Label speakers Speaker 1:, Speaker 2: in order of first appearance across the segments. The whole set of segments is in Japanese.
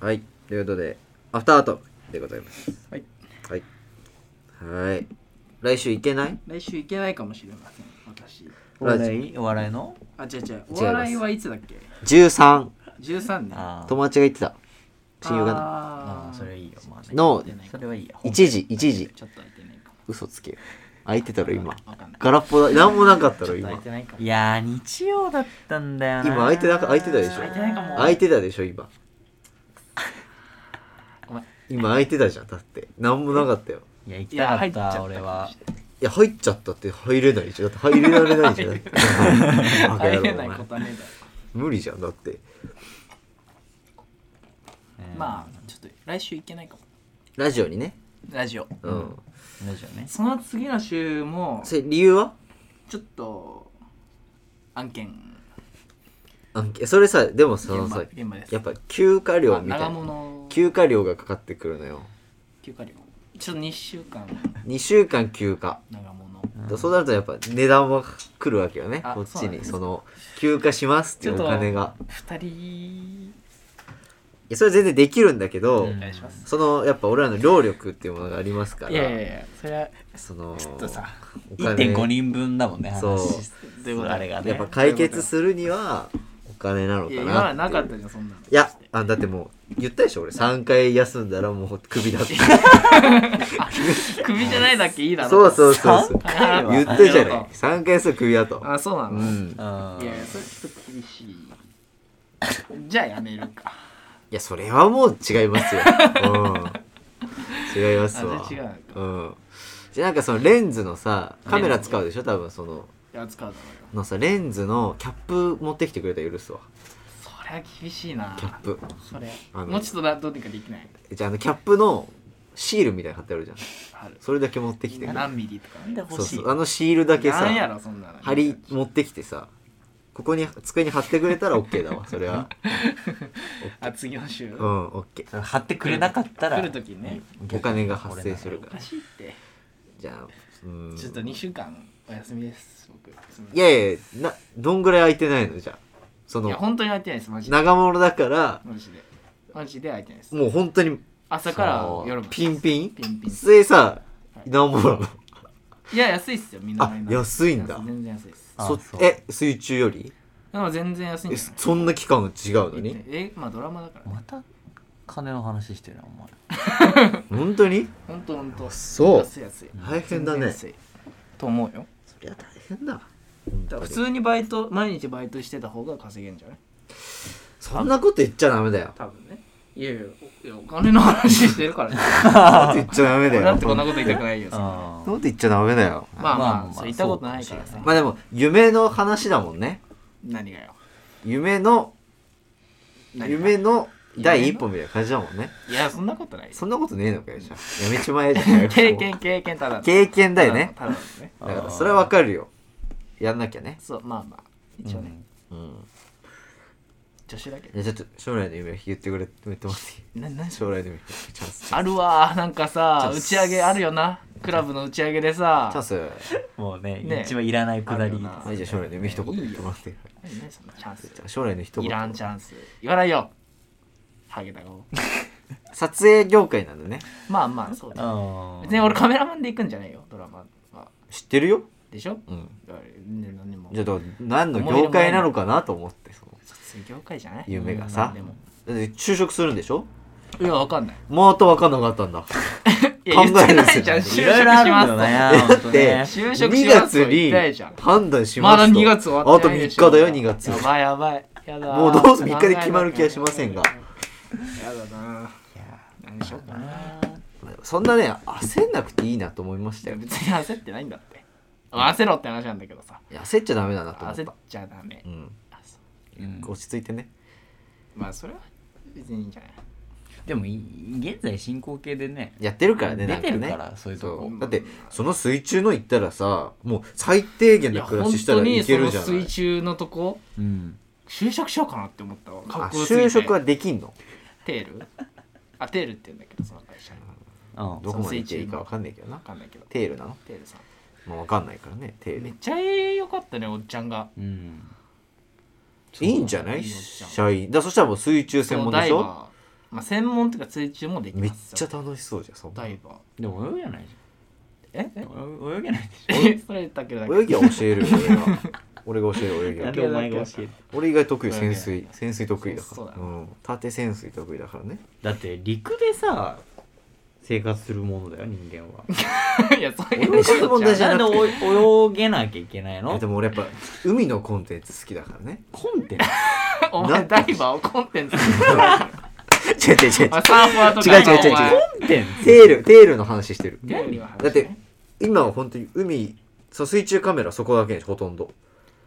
Speaker 1: はいということでアフターアートでございます
Speaker 2: はい
Speaker 1: はいはい来週行けない
Speaker 2: 来週行けないかもしれません私
Speaker 3: お笑いお笑いの
Speaker 2: あ違う違うお笑いはいつだっけ
Speaker 1: ?13
Speaker 2: 13年あ
Speaker 3: あー
Speaker 1: 友達が言ってた親友がな
Speaker 2: あ
Speaker 3: あーそれはいいよまあね
Speaker 1: の
Speaker 3: それはいいよ
Speaker 1: 1時1時
Speaker 2: ちょっと空いてないかも
Speaker 1: 嘘つけよ空いてたろ今
Speaker 2: わかんない
Speaker 1: ガラッポだ何もなかったろ
Speaker 2: 空い
Speaker 1: 今
Speaker 2: てないかも
Speaker 3: いやー日曜だったんだよな
Speaker 1: 今空いてなか空いてたでしょ
Speaker 2: 空いてないかも
Speaker 1: 空いてたでしょ今
Speaker 3: ごめん
Speaker 1: 今空いてたじゃんだって何もなかったよ
Speaker 3: いや行
Speaker 2: い
Speaker 3: きた
Speaker 2: や
Speaker 3: か
Speaker 2: 入
Speaker 3: っ
Speaker 2: っちゃった
Speaker 3: た
Speaker 2: かもし
Speaker 3: 俺
Speaker 2: れ
Speaker 3: は
Speaker 1: ないや入っちゃったって入れないじゃんだって入れられないじ ゃんバカ
Speaker 2: 入
Speaker 1: 野
Speaker 2: れ
Speaker 1: 郎お
Speaker 2: ない
Speaker 1: 前
Speaker 2: ことはねえだ
Speaker 1: 無理じゃんだって
Speaker 3: ね
Speaker 2: ろまあちょっと来週行けないかも
Speaker 1: ラジオにね
Speaker 2: ラジオ
Speaker 1: うん
Speaker 3: ラジオね
Speaker 2: その次の週も
Speaker 1: それ理由は
Speaker 2: ちょっと案件
Speaker 1: あんそれさでもその
Speaker 2: 現場
Speaker 1: さ
Speaker 2: 現場です
Speaker 1: やっぱ休暇料
Speaker 2: あ
Speaker 1: みたい
Speaker 2: 長
Speaker 1: な
Speaker 2: 物
Speaker 1: 休暇料がかかってくるのよ
Speaker 2: 休暇料ちょっと2週間
Speaker 1: 2週間休暇
Speaker 2: 長物
Speaker 1: そうなるとやっぱ値段は来るわけよね
Speaker 2: あ
Speaker 1: こっち
Speaker 2: そうなん
Speaker 1: に
Speaker 2: です
Speaker 1: その休暇しますっていうお金が
Speaker 2: 2人
Speaker 1: いやそれは全然できるんだけど、
Speaker 3: うん
Speaker 2: お願いします
Speaker 1: そのやっぱ俺らの労力っていうものがありますから
Speaker 2: いやいやいやそれは
Speaker 1: その
Speaker 2: ちょっとさ
Speaker 1: お金
Speaker 3: 1.5人分だもんね
Speaker 1: そう
Speaker 3: 話し
Speaker 2: どういうこと
Speaker 3: あれがね
Speaker 1: やっぱ解決するにはお金なの
Speaker 2: い
Speaker 1: か
Speaker 2: や
Speaker 1: な
Speaker 2: 今までなか
Speaker 1: っ
Speaker 2: って
Speaker 1: いう
Speaker 2: たじゃんそんなの
Speaker 1: いやあだってもう言ったでしょ俺3回休んだらもうクビだって
Speaker 2: 首じゃないだけいいだろ
Speaker 1: そうそうそうそう
Speaker 3: 三回は
Speaker 1: 言ったじゃ
Speaker 2: なる
Speaker 1: ない
Speaker 2: ほど
Speaker 1: 3回休んだらクビだと
Speaker 2: あそうな
Speaker 1: う
Speaker 2: の、
Speaker 1: ん
Speaker 3: うん
Speaker 2: いやいやそれちょっと厳しいじゃあやめるか
Speaker 1: いやそれはもう違いますようん違いますわ
Speaker 2: あじゃあ違う
Speaker 1: うんじゃあなんかそのレンズのさカメラ使うでしょ多分その
Speaker 2: いや使うだろうよ
Speaker 1: のさレンズのキャップ持ってきてくれたら許すわ
Speaker 2: そりゃ厳しいな
Speaker 1: キャップ
Speaker 2: それ
Speaker 1: あの
Speaker 2: もうちょっとだどうにかできない
Speaker 1: じゃああのキャップのシールみたいなの貼ってあるじゃん
Speaker 2: ある
Speaker 1: それだけ持ってきて
Speaker 2: 何ミリとか
Speaker 3: なんで欲
Speaker 1: そう
Speaker 3: しい
Speaker 1: そうあのシールだけ
Speaker 2: なんや
Speaker 1: さ
Speaker 2: ろそんなの
Speaker 1: 貼り持ってきてさここに机に貼ってくれたら OK だわそれ は
Speaker 2: あ次の週、
Speaker 1: うん OK
Speaker 3: それ貼ってくれなかったら
Speaker 2: 来る時にね
Speaker 1: お金が発生する
Speaker 2: お
Speaker 1: か
Speaker 2: からしいって
Speaker 1: じゃあうん
Speaker 2: ちょっと2週間お休みです僕
Speaker 1: いやいやなどんぐらい空いてないのじゃあそ
Speaker 2: いや
Speaker 1: の
Speaker 2: 本当に空いてないですマジで
Speaker 1: 長物だから
Speaker 2: マジでマジで空いてないです
Speaker 1: もう本当に
Speaker 2: 朝から夜まで
Speaker 1: ピンピン
Speaker 2: ピンピン
Speaker 1: それさ
Speaker 2: はい
Speaker 1: 何もなの
Speaker 2: いや安いっすよみんな
Speaker 1: あ安いんだ
Speaker 2: 全然安いっす
Speaker 3: あ
Speaker 1: そ
Speaker 3: そう
Speaker 1: え水中より
Speaker 2: でも全然安いん
Speaker 1: え
Speaker 2: じゃない
Speaker 1: そんな期間が違うのに
Speaker 2: えまあドラマだからね
Speaker 3: また金の話してるなお前
Speaker 1: 本当に
Speaker 2: ほんとほんと
Speaker 1: そう
Speaker 2: 安い安い
Speaker 1: 大変だね
Speaker 2: 全然安いと思うよ
Speaker 1: そりゃ大変だ
Speaker 2: だから普通にバイト毎日バイトしてた方が稼げんじゃない
Speaker 1: そんなこと言っちゃダメだ よ
Speaker 2: 多分ねいやいやおいやお金の話してるからね
Speaker 1: だって言っちゃダメだ
Speaker 2: 俺
Speaker 1: よ
Speaker 2: だってこんなこと言いたくないよそんな
Speaker 3: あ
Speaker 1: そう言っちゃダメだよ。まあ、
Speaker 2: まあ
Speaker 3: まあ
Speaker 2: ま
Speaker 3: まあ
Speaker 2: あそう言ったことないからさ
Speaker 1: まあでも、夢の話だもんね。
Speaker 2: 何がよ
Speaker 1: 夢の、
Speaker 2: 何が
Speaker 1: 夢の第
Speaker 2: 夢
Speaker 1: 一
Speaker 2: の
Speaker 1: 歩みたいな感じだもんね。
Speaker 2: いやそんなことないよ
Speaker 1: そんなことねえのかよ、じゃあ。やめちまえじゃん
Speaker 2: 経験経験ただの
Speaker 1: 経験だよね。
Speaker 2: ただのただのね
Speaker 1: だから、それはわかるよ。やんなきゃね。
Speaker 2: そうまあまあ一応ね、
Speaker 1: うん。
Speaker 2: 女子だけど
Speaker 1: じゃあちょっと、将来の夢言ってくれ、言ってもらっていい
Speaker 2: な何
Speaker 1: 将来の夢、チャンス。チャン
Speaker 2: あるわなんかさ
Speaker 1: チャン
Speaker 2: 打
Speaker 1: ス
Speaker 2: ち上げあるよなクラブの打ち上げでさ
Speaker 1: スチャンス。
Speaker 3: もうね
Speaker 2: ね
Speaker 3: 一番いらないくだ
Speaker 2: ある
Speaker 3: り
Speaker 2: よな
Speaker 1: はい、じゃあ将来の夢一言言ってもらっていい
Speaker 2: 何何そのチャンス
Speaker 1: じゃあ将来の一
Speaker 2: い
Speaker 1: 言。
Speaker 2: らんチャンス言わないよハゲだろ
Speaker 1: 撮影業界なんだね。
Speaker 2: まあまあそうだ
Speaker 3: うん
Speaker 2: 別に俺カメラマンで行くんじゃないよドラマは
Speaker 1: 知ってるよ。
Speaker 2: でしょ
Speaker 1: うん。
Speaker 2: だからね何も
Speaker 1: じゃあ、だから何の業界なのかなと思って、その
Speaker 2: 卒業会じゃない
Speaker 1: 夢がさ
Speaker 2: でも
Speaker 1: だって就職するんでしょ
Speaker 2: いやわかんない
Speaker 1: また分かんなかったんだ。
Speaker 2: いや言ってないじゃん
Speaker 1: 考
Speaker 2: 就職
Speaker 3: い
Speaker 2: し
Speaker 3: ろいろある
Speaker 2: ます
Speaker 3: ん
Speaker 2: と
Speaker 3: だよ
Speaker 1: だ
Speaker 3: ね本当
Speaker 1: って
Speaker 3: ね
Speaker 2: 就職
Speaker 1: 2
Speaker 2: します
Speaker 1: 月
Speaker 2: と言
Speaker 1: に
Speaker 2: ったじゃん
Speaker 1: 判断し
Speaker 2: ま
Speaker 1: ます
Speaker 2: だ
Speaker 1: と。
Speaker 2: 2月終わ
Speaker 1: あ
Speaker 2: って
Speaker 1: と
Speaker 2: ない
Speaker 1: 3
Speaker 2: で
Speaker 1: 日
Speaker 2: しょ
Speaker 1: だよ、2月。
Speaker 2: やばいやばいやだ
Speaker 1: もうどうぞ3日で決まる気はしませんが。
Speaker 2: やだな何しようかな
Speaker 1: そんなね、焦んなくていいなと思いましたよ。
Speaker 2: 別に焦ってないんだって焦ろって話なんだけどさ
Speaker 1: 焦っちゃダメだなと思っ。
Speaker 2: 焦ったちゃダメ
Speaker 1: うん。
Speaker 2: あそう
Speaker 3: うん
Speaker 1: 落ち着いてね。
Speaker 2: まあそれは別にいいんじゃない
Speaker 3: でもい現在進行形でね
Speaker 1: やってるからね、
Speaker 3: 出てる
Speaker 1: なん
Speaker 3: か
Speaker 1: ね
Speaker 3: らそういうと
Speaker 1: そ
Speaker 3: こ
Speaker 1: うだってその水中の行ったらさもう最低限
Speaker 2: い
Speaker 1: の
Speaker 2: や
Speaker 1: 暮
Speaker 2: 本
Speaker 1: らしした
Speaker 2: 当
Speaker 1: ら
Speaker 2: に
Speaker 1: い
Speaker 2: そ
Speaker 1: け
Speaker 2: の
Speaker 1: るじゃない
Speaker 2: 水中のとこ
Speaker 3: うん
Speaker 2: 就職しようかなって思ったわか
Speaker 1: あ
Speaker 2: っこよすぎて
Speaker 1: 就職はできんの
Speaker 2: テールあテールって言うんだけどその会社わ
Speaker 3: うん
Speaker 1: どこまで行っていいか分かんないけどな
Speaker 2: かんないけど
Speaker 1: テールなの
Speaker 2: テールさん
Speaker 1: まあ分かんないからねテー
Speaker 2: めっ
Speaker 1: ル
Speaker 2: ちゃ良かったねおっちゃんが
Speaker 3: うん
Speaker 1: いいんじゃない
Speaker 2: いいよじゃん
Speaker 1: 社員だそしたらもう水中専門でし
Speaker 2: そ
Speaker 1: ょ
Speaker 2: うダイバまあ、専門とか追中もでき
Speaker 1: め
Speaker 2: ま
Speaker 1: っ
Speaker 2: す
Speaker 1: ちゃ楽しそうじゃんそんな
Speaker 2: ダイバ
Speaker 3: でも泳げないじ
Speaker 2: ーえ
Speaker 3: ゃん泳泳げないでし
Speaker 2: えそれだけだけ
Speaker 1: 泳ぎは教える よ俺が俺が教える泳ぎ
Speaker 3: ょ
Speaker 1: は
Speaker 2: なんでお前が教える
Speaker 1: 俺以外得意潜水潜水得意だ
Speaker 2: そ
Speaker 1: か
Speaker 2: う
Speaker 1: ら
Speaker 2: だ
Speaker 1: う
Speaker 2: なん
Speaker 1: 縦潜水得意だからね
Speaker 3: だって陸でさ生活するものだよ人間は
Speaker 2: いやそう
Speaker 1: 俺
Speaker 2: い
Speaker 1: の
Speaker 2: うこと
Speaker 1: 問
Speaker 2: じゃ
Speaker 1: 題
Speaker 2: ん
Speaker 1: じゃ
Speaker 3: なん
Speaker 1: な
Speaker 3: で
Speaker 1: くて
Speaker 3: お泳げなきゃいけない
Speaker 1: いや
Speaker 3: の
Speaker 1: でも俺やっぱ海のコンテンツ好きだから ね
Speaker 3: コンテンツ
Speaker 2: お前ダイバーをコンテンツに
Speaker 1: 違う違う違う
Speaker 2: あサーファーと
Speaker 1: 違う
Speaker 2: か
Speaker 1: 違う違う違う
Speaker 2: お前
Speaker 3: コンテン ツ
Speaker 1: テールテールの話してる
Speaker 2: 料理の話ね
Speaker 1: だって今は本当に海そう水中カメラそこだけでしょほとんど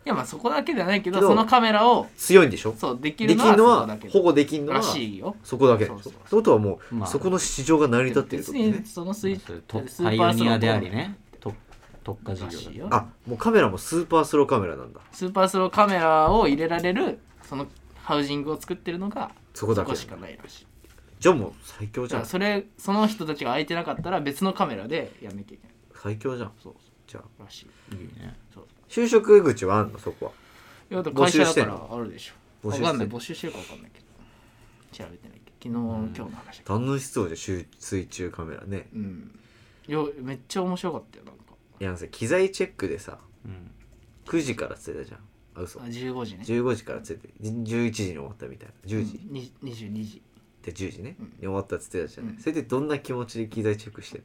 Speaker 2: いやまあそこだけじゃないけど
Speaker 1: けど
Speaker 2: そのカメラを
Speaker 1: 強いんでしょ
Speaker 2: そうでき
Speaker 1: で
Speaker 2: る
Speaker 1: きん
Speaker 2: の
Speaker 1: の
Speaker 2: はそこだ
Speaker 1: は
Speaker 2: け
Speaker 1: 保護できんのは
Speaker 2: らしいよ
Speaker 1: そこだけでしょ
Speaker 2: そう
Speaker 1: っ
Speaker 2: そう
Speaker 1: てことはもう、
Speaker 3: まあ
Speaker 1: そこの市場が成り立ってるって
Speaker 2: 別
Speaker 1: ことね
Speaker 2: にそのスイッチ
Speaker 3: それ
Speaker 2: ス
Speaker 3: と
Speaker 2: ーパ
Speaker 3: パ
Speaker 2: ー
Speaker 3: イ
Speaker 2: スロー
Speaker 3: オニアでありねと特化事
Speaker 2: ら
Speaker 3: 業だ
Speaker 2: しい
Speaker 3: ね
Speaker 2: よ
Speaker 1: あもうカメラもスーパースローカメラなんだ
Speaker 2: スーパースローカメラを入れられるそのハウジングを作ってるのが
Speaker 1: そこだ
Speaker 2: そ
Speaker 1: け
Speaker 2: こしかないらしい
Speaker 1: じゃあもう最強
Speaker 2: だ
Speaker 1: じ
Speaker 2: か
Speaker 1: ゃ
Speaker 2: ら
Speaker 1: ん
Speaker 2: それその人たちが空いてなかったら別のカメラでやんなきゃいけない
Speaker 1: 最強じゃん
Speaker 2: そうそ
Speaker 1: じゃあ
Speaker 2: うらしい
Speaker 3: いいね
Speaker 2: そう
Speaker 1: 就職口はあんのそこはい
Speaker 2: やだから
Speaker 1: 募
Speaker 2: 会
Speaker 1: 集
Speaker 2: 社
Speaker 1: し
Speaker 2: だ
Speaker 1: て
Speaker 2: か
Speaker 1: んの
Speaker 2: らあるでしょ
Speaker 1: 募集して
Speaker 2: わかんない募集してるかわかんないけど調べてないけど昨日、今日の話だけど
Speaker 1: 楽しそうじゃん集水中カメラね
Speaker 2: うんいやめっちゃ面白かったよなんか
Speaker 1: いやなんせ機材チェックでさ
Speaker 3: うん
Speaker 1: 9時からついたじゃんあ嘘
Speaker 2: あ15時ね
Speaker 1: 15時からついてじ11時に終わったみたいな10時、
Speaker 2: に22時
Speaker 1: で10時ね、
Speaker 2: うん
Speaker 1: に終わったっつってたじゃん、
Speaker 2: うん
Speaker 1: それでどんな気持ちで機材チェックしてん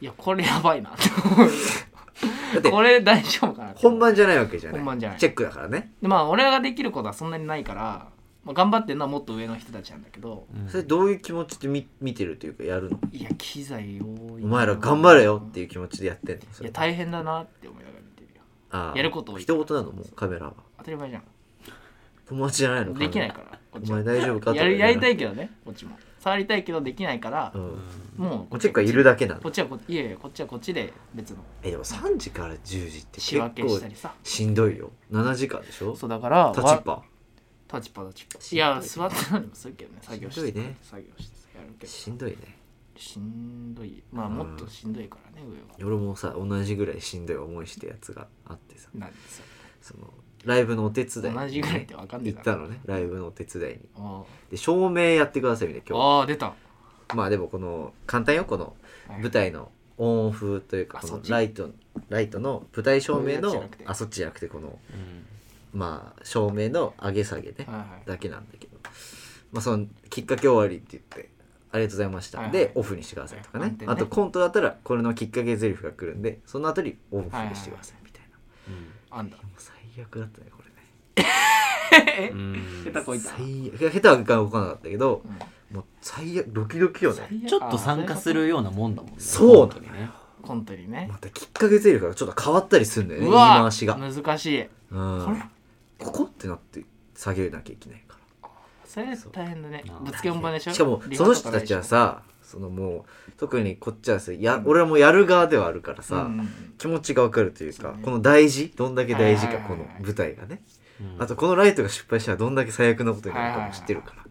Speaker 2: いやこれやば いな
Speaker 1: のだって
Speaker 2: これ大丈夫かな
Speaker 1: 本番じゃないわけじゃない
Speaker 2: 本番じゃない
Speaker 1: チェックだからね、
Speaker 2: でまあ俺ができることはそんなにないから、まあ、頑張ってるのはもっと上の人たちなんだけど
Speaker 3: うん
Speaker 1: それどういう気持ちで見見てるというかやるの
Speaker 2: いや機材多い
Speaker 1: お前ら頑張れよって
Speaker 2: い
Speaker 1: いう気持ちでやってんのそ
Speaker 2: いや
Speaker 1: れ
Speaker 2: 大変だなって思いながら見てるよ
Speaker 1: ああ
Speaker 2: やること多い
Speaker 1: 一言なのもうカメラは
Speaker 2: 当たり前じゃん
Speaker 1: 友達じゃないの
Speaker 2: できない
Speaker 1: カメ
Speaker 2: からこ
Speaker 1: ラお
Speaker 2: っち
Speaker 1: 前
Speaker 2: も
Speaker 1: 大丈夫か
Speaker 2: やるやりた
Speaker 1: い、
Speaker 2: いけどねこっちも触りたいけどできないから
Speaker 1: う、、
Speaker 3: うんん
Speaker 2: もう
Speaker 1: チェックはいるだけなの
Speaker 2: こっちはこいやいやこっちはこっちで別の
Speaker 1: えでも3時から10時って
Speaker 2: 仕分け
Speaker 1: 結
Speaker 2: した
Speaker 1: 構
Speaker 2: りさ
Speaker 1: しんどいよ7時間でしょ立
Speaker 2: そうだから
Speaker 1: ち
Speaker 2: わ
Speaker 1: っぱ
Speaker 2: タチパタチパ
Speaker 1: しんどい
Speaker 2: いや座って何もするけどね作業
Speaker 1: しん
Speaker 2: して
Speaker 1: どいね
Speaker 2: 作業してやるけど
Speaker 1: しんどいね
Speaker 2: しんどいまあ
Speaker 1: うん
Speaker 2: もっとしんどいからね上は
Speaker 1: 俺もさ同じぐらいしんどい思いしてやつがあってさ
Speaker 2: なんですよ
Speaker 1: そのライブのお手伝いにね、
Speaker 2: 同じぐらいってわかんない
Speaker 1: 行ったのねライブのお手伝いに
Speaker 2: あ
Speaker 1: で照明やってくださいみたいな今
Speaker 2: あ出た
Speaker 1: 日まあでもこの簡単よこの
Speaker 2: はい
Speaker 1: 舞台のオンオフというか
Speaker 2: あ
Speaker 1: こ
Speaker 2: そ
Speaker 1: の
Speaker 2: っち
Speaker 1: ライトライトの舞台照明
Speaker 2: こういうやつじゃ
Speaker 1: の
Speaker 2: なくて
Speaker 1: あそっちじゃなくてこの
Speaker 3: うん
Speaker 1: まあ照明の上げ下げね
Speaker 2: はいはい
Speaker 1: だけなんだけどまあそのきっかけ終わりって言ってありがとうございました、
Speaker 2: はいはい
Speaker 1: でオフにしてくださいとかね,、
Speaker 2: はいはい
Speaker 1: あとコントだったらこれのきっかけ台詞が来るんでそのあたりオフにしてくださいみたいな、
Speaker 2: あんだ
Speaker 1: もう最悪だったねこれね
Speaker 3: う ん
Speaker 2: 出たこいた
Speaker 1: 最悪いや下手は動かなかったけど
Speaker 2: うん
Speaker 1: もう最悪ドキドキよね
Speaker 2: 最悪
Speaker 3: ちょっと参加するようなもんだもんね
Speaker 1: そうなの
Speaker 3: 本
Speaker 1: よ
Speaker 3: 当にね
Speaker 2: あコントにね
Speaker 1: またきっかけ台詞がちょっと変わったりするんだよね
Speaker 2: う
Speaker 1: 言い
Speaker 2: わ
Speaker 1: 回しが、
Speaker 2: 難しい
Speaker 1: うん
Speaker 2: これ
Speaker 1: ここってなって下げなきゃいけないか
Speaker 2: それ大変だね
Speaker 3: そう
Speaker 2: ぶつけ本番でしょ
Speaker 1: らしかもその人たちはさそのもう特にこっちはさや、俺はもうやる側ではあるからさ、
Speaker 2: うんうんうん
Speaker 1: 気持ちがわかるというか
Speaker 2: そうね
Speaker 1: この大事どんだけ大事
Speaker 2: はい
Speaker 1: か
Speaker 2: はい
Speaker 1: こ
Speaker 2: はい
Speaker 1: の
Speaker 2: はい
Speaker 1: 舞台がね
Speaker 3: うん
Speaker 1: あとこのライトが失敗したらどんだけ最悪なことになるか
Speaker 2: はいはい
Speaker 1: も
Speaker 2: はい
Speaker 1: 知ってるから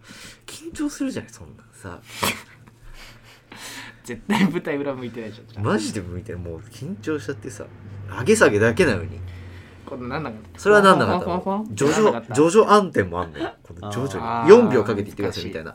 Speaker 1: 緊張するじゃないそんなんさ
Speaker 2: 絶対舞台裏向いてないじ ゃん
Speaker 1: マジで向いてもう緊張しちゃってさ上げ下げだけなのに
Speaker 2: こんなんなかった
Speaker 1: それはなんなかった
Speaker 2: ふわふわ
Speaker 1: の
Speaker 2: ふわふわ
Speaker 1: ジョジョ
Speaker 2: なんなかった
Speaker 1: ジョジョ暗転もあんのよこの
Speaker 3: あー
Speaker 1: ジョジョ
Speaker 2: あ
Speaker 1: に
Speaker 2: ー
Speaker 1: 4秒かけていってくださいみたいな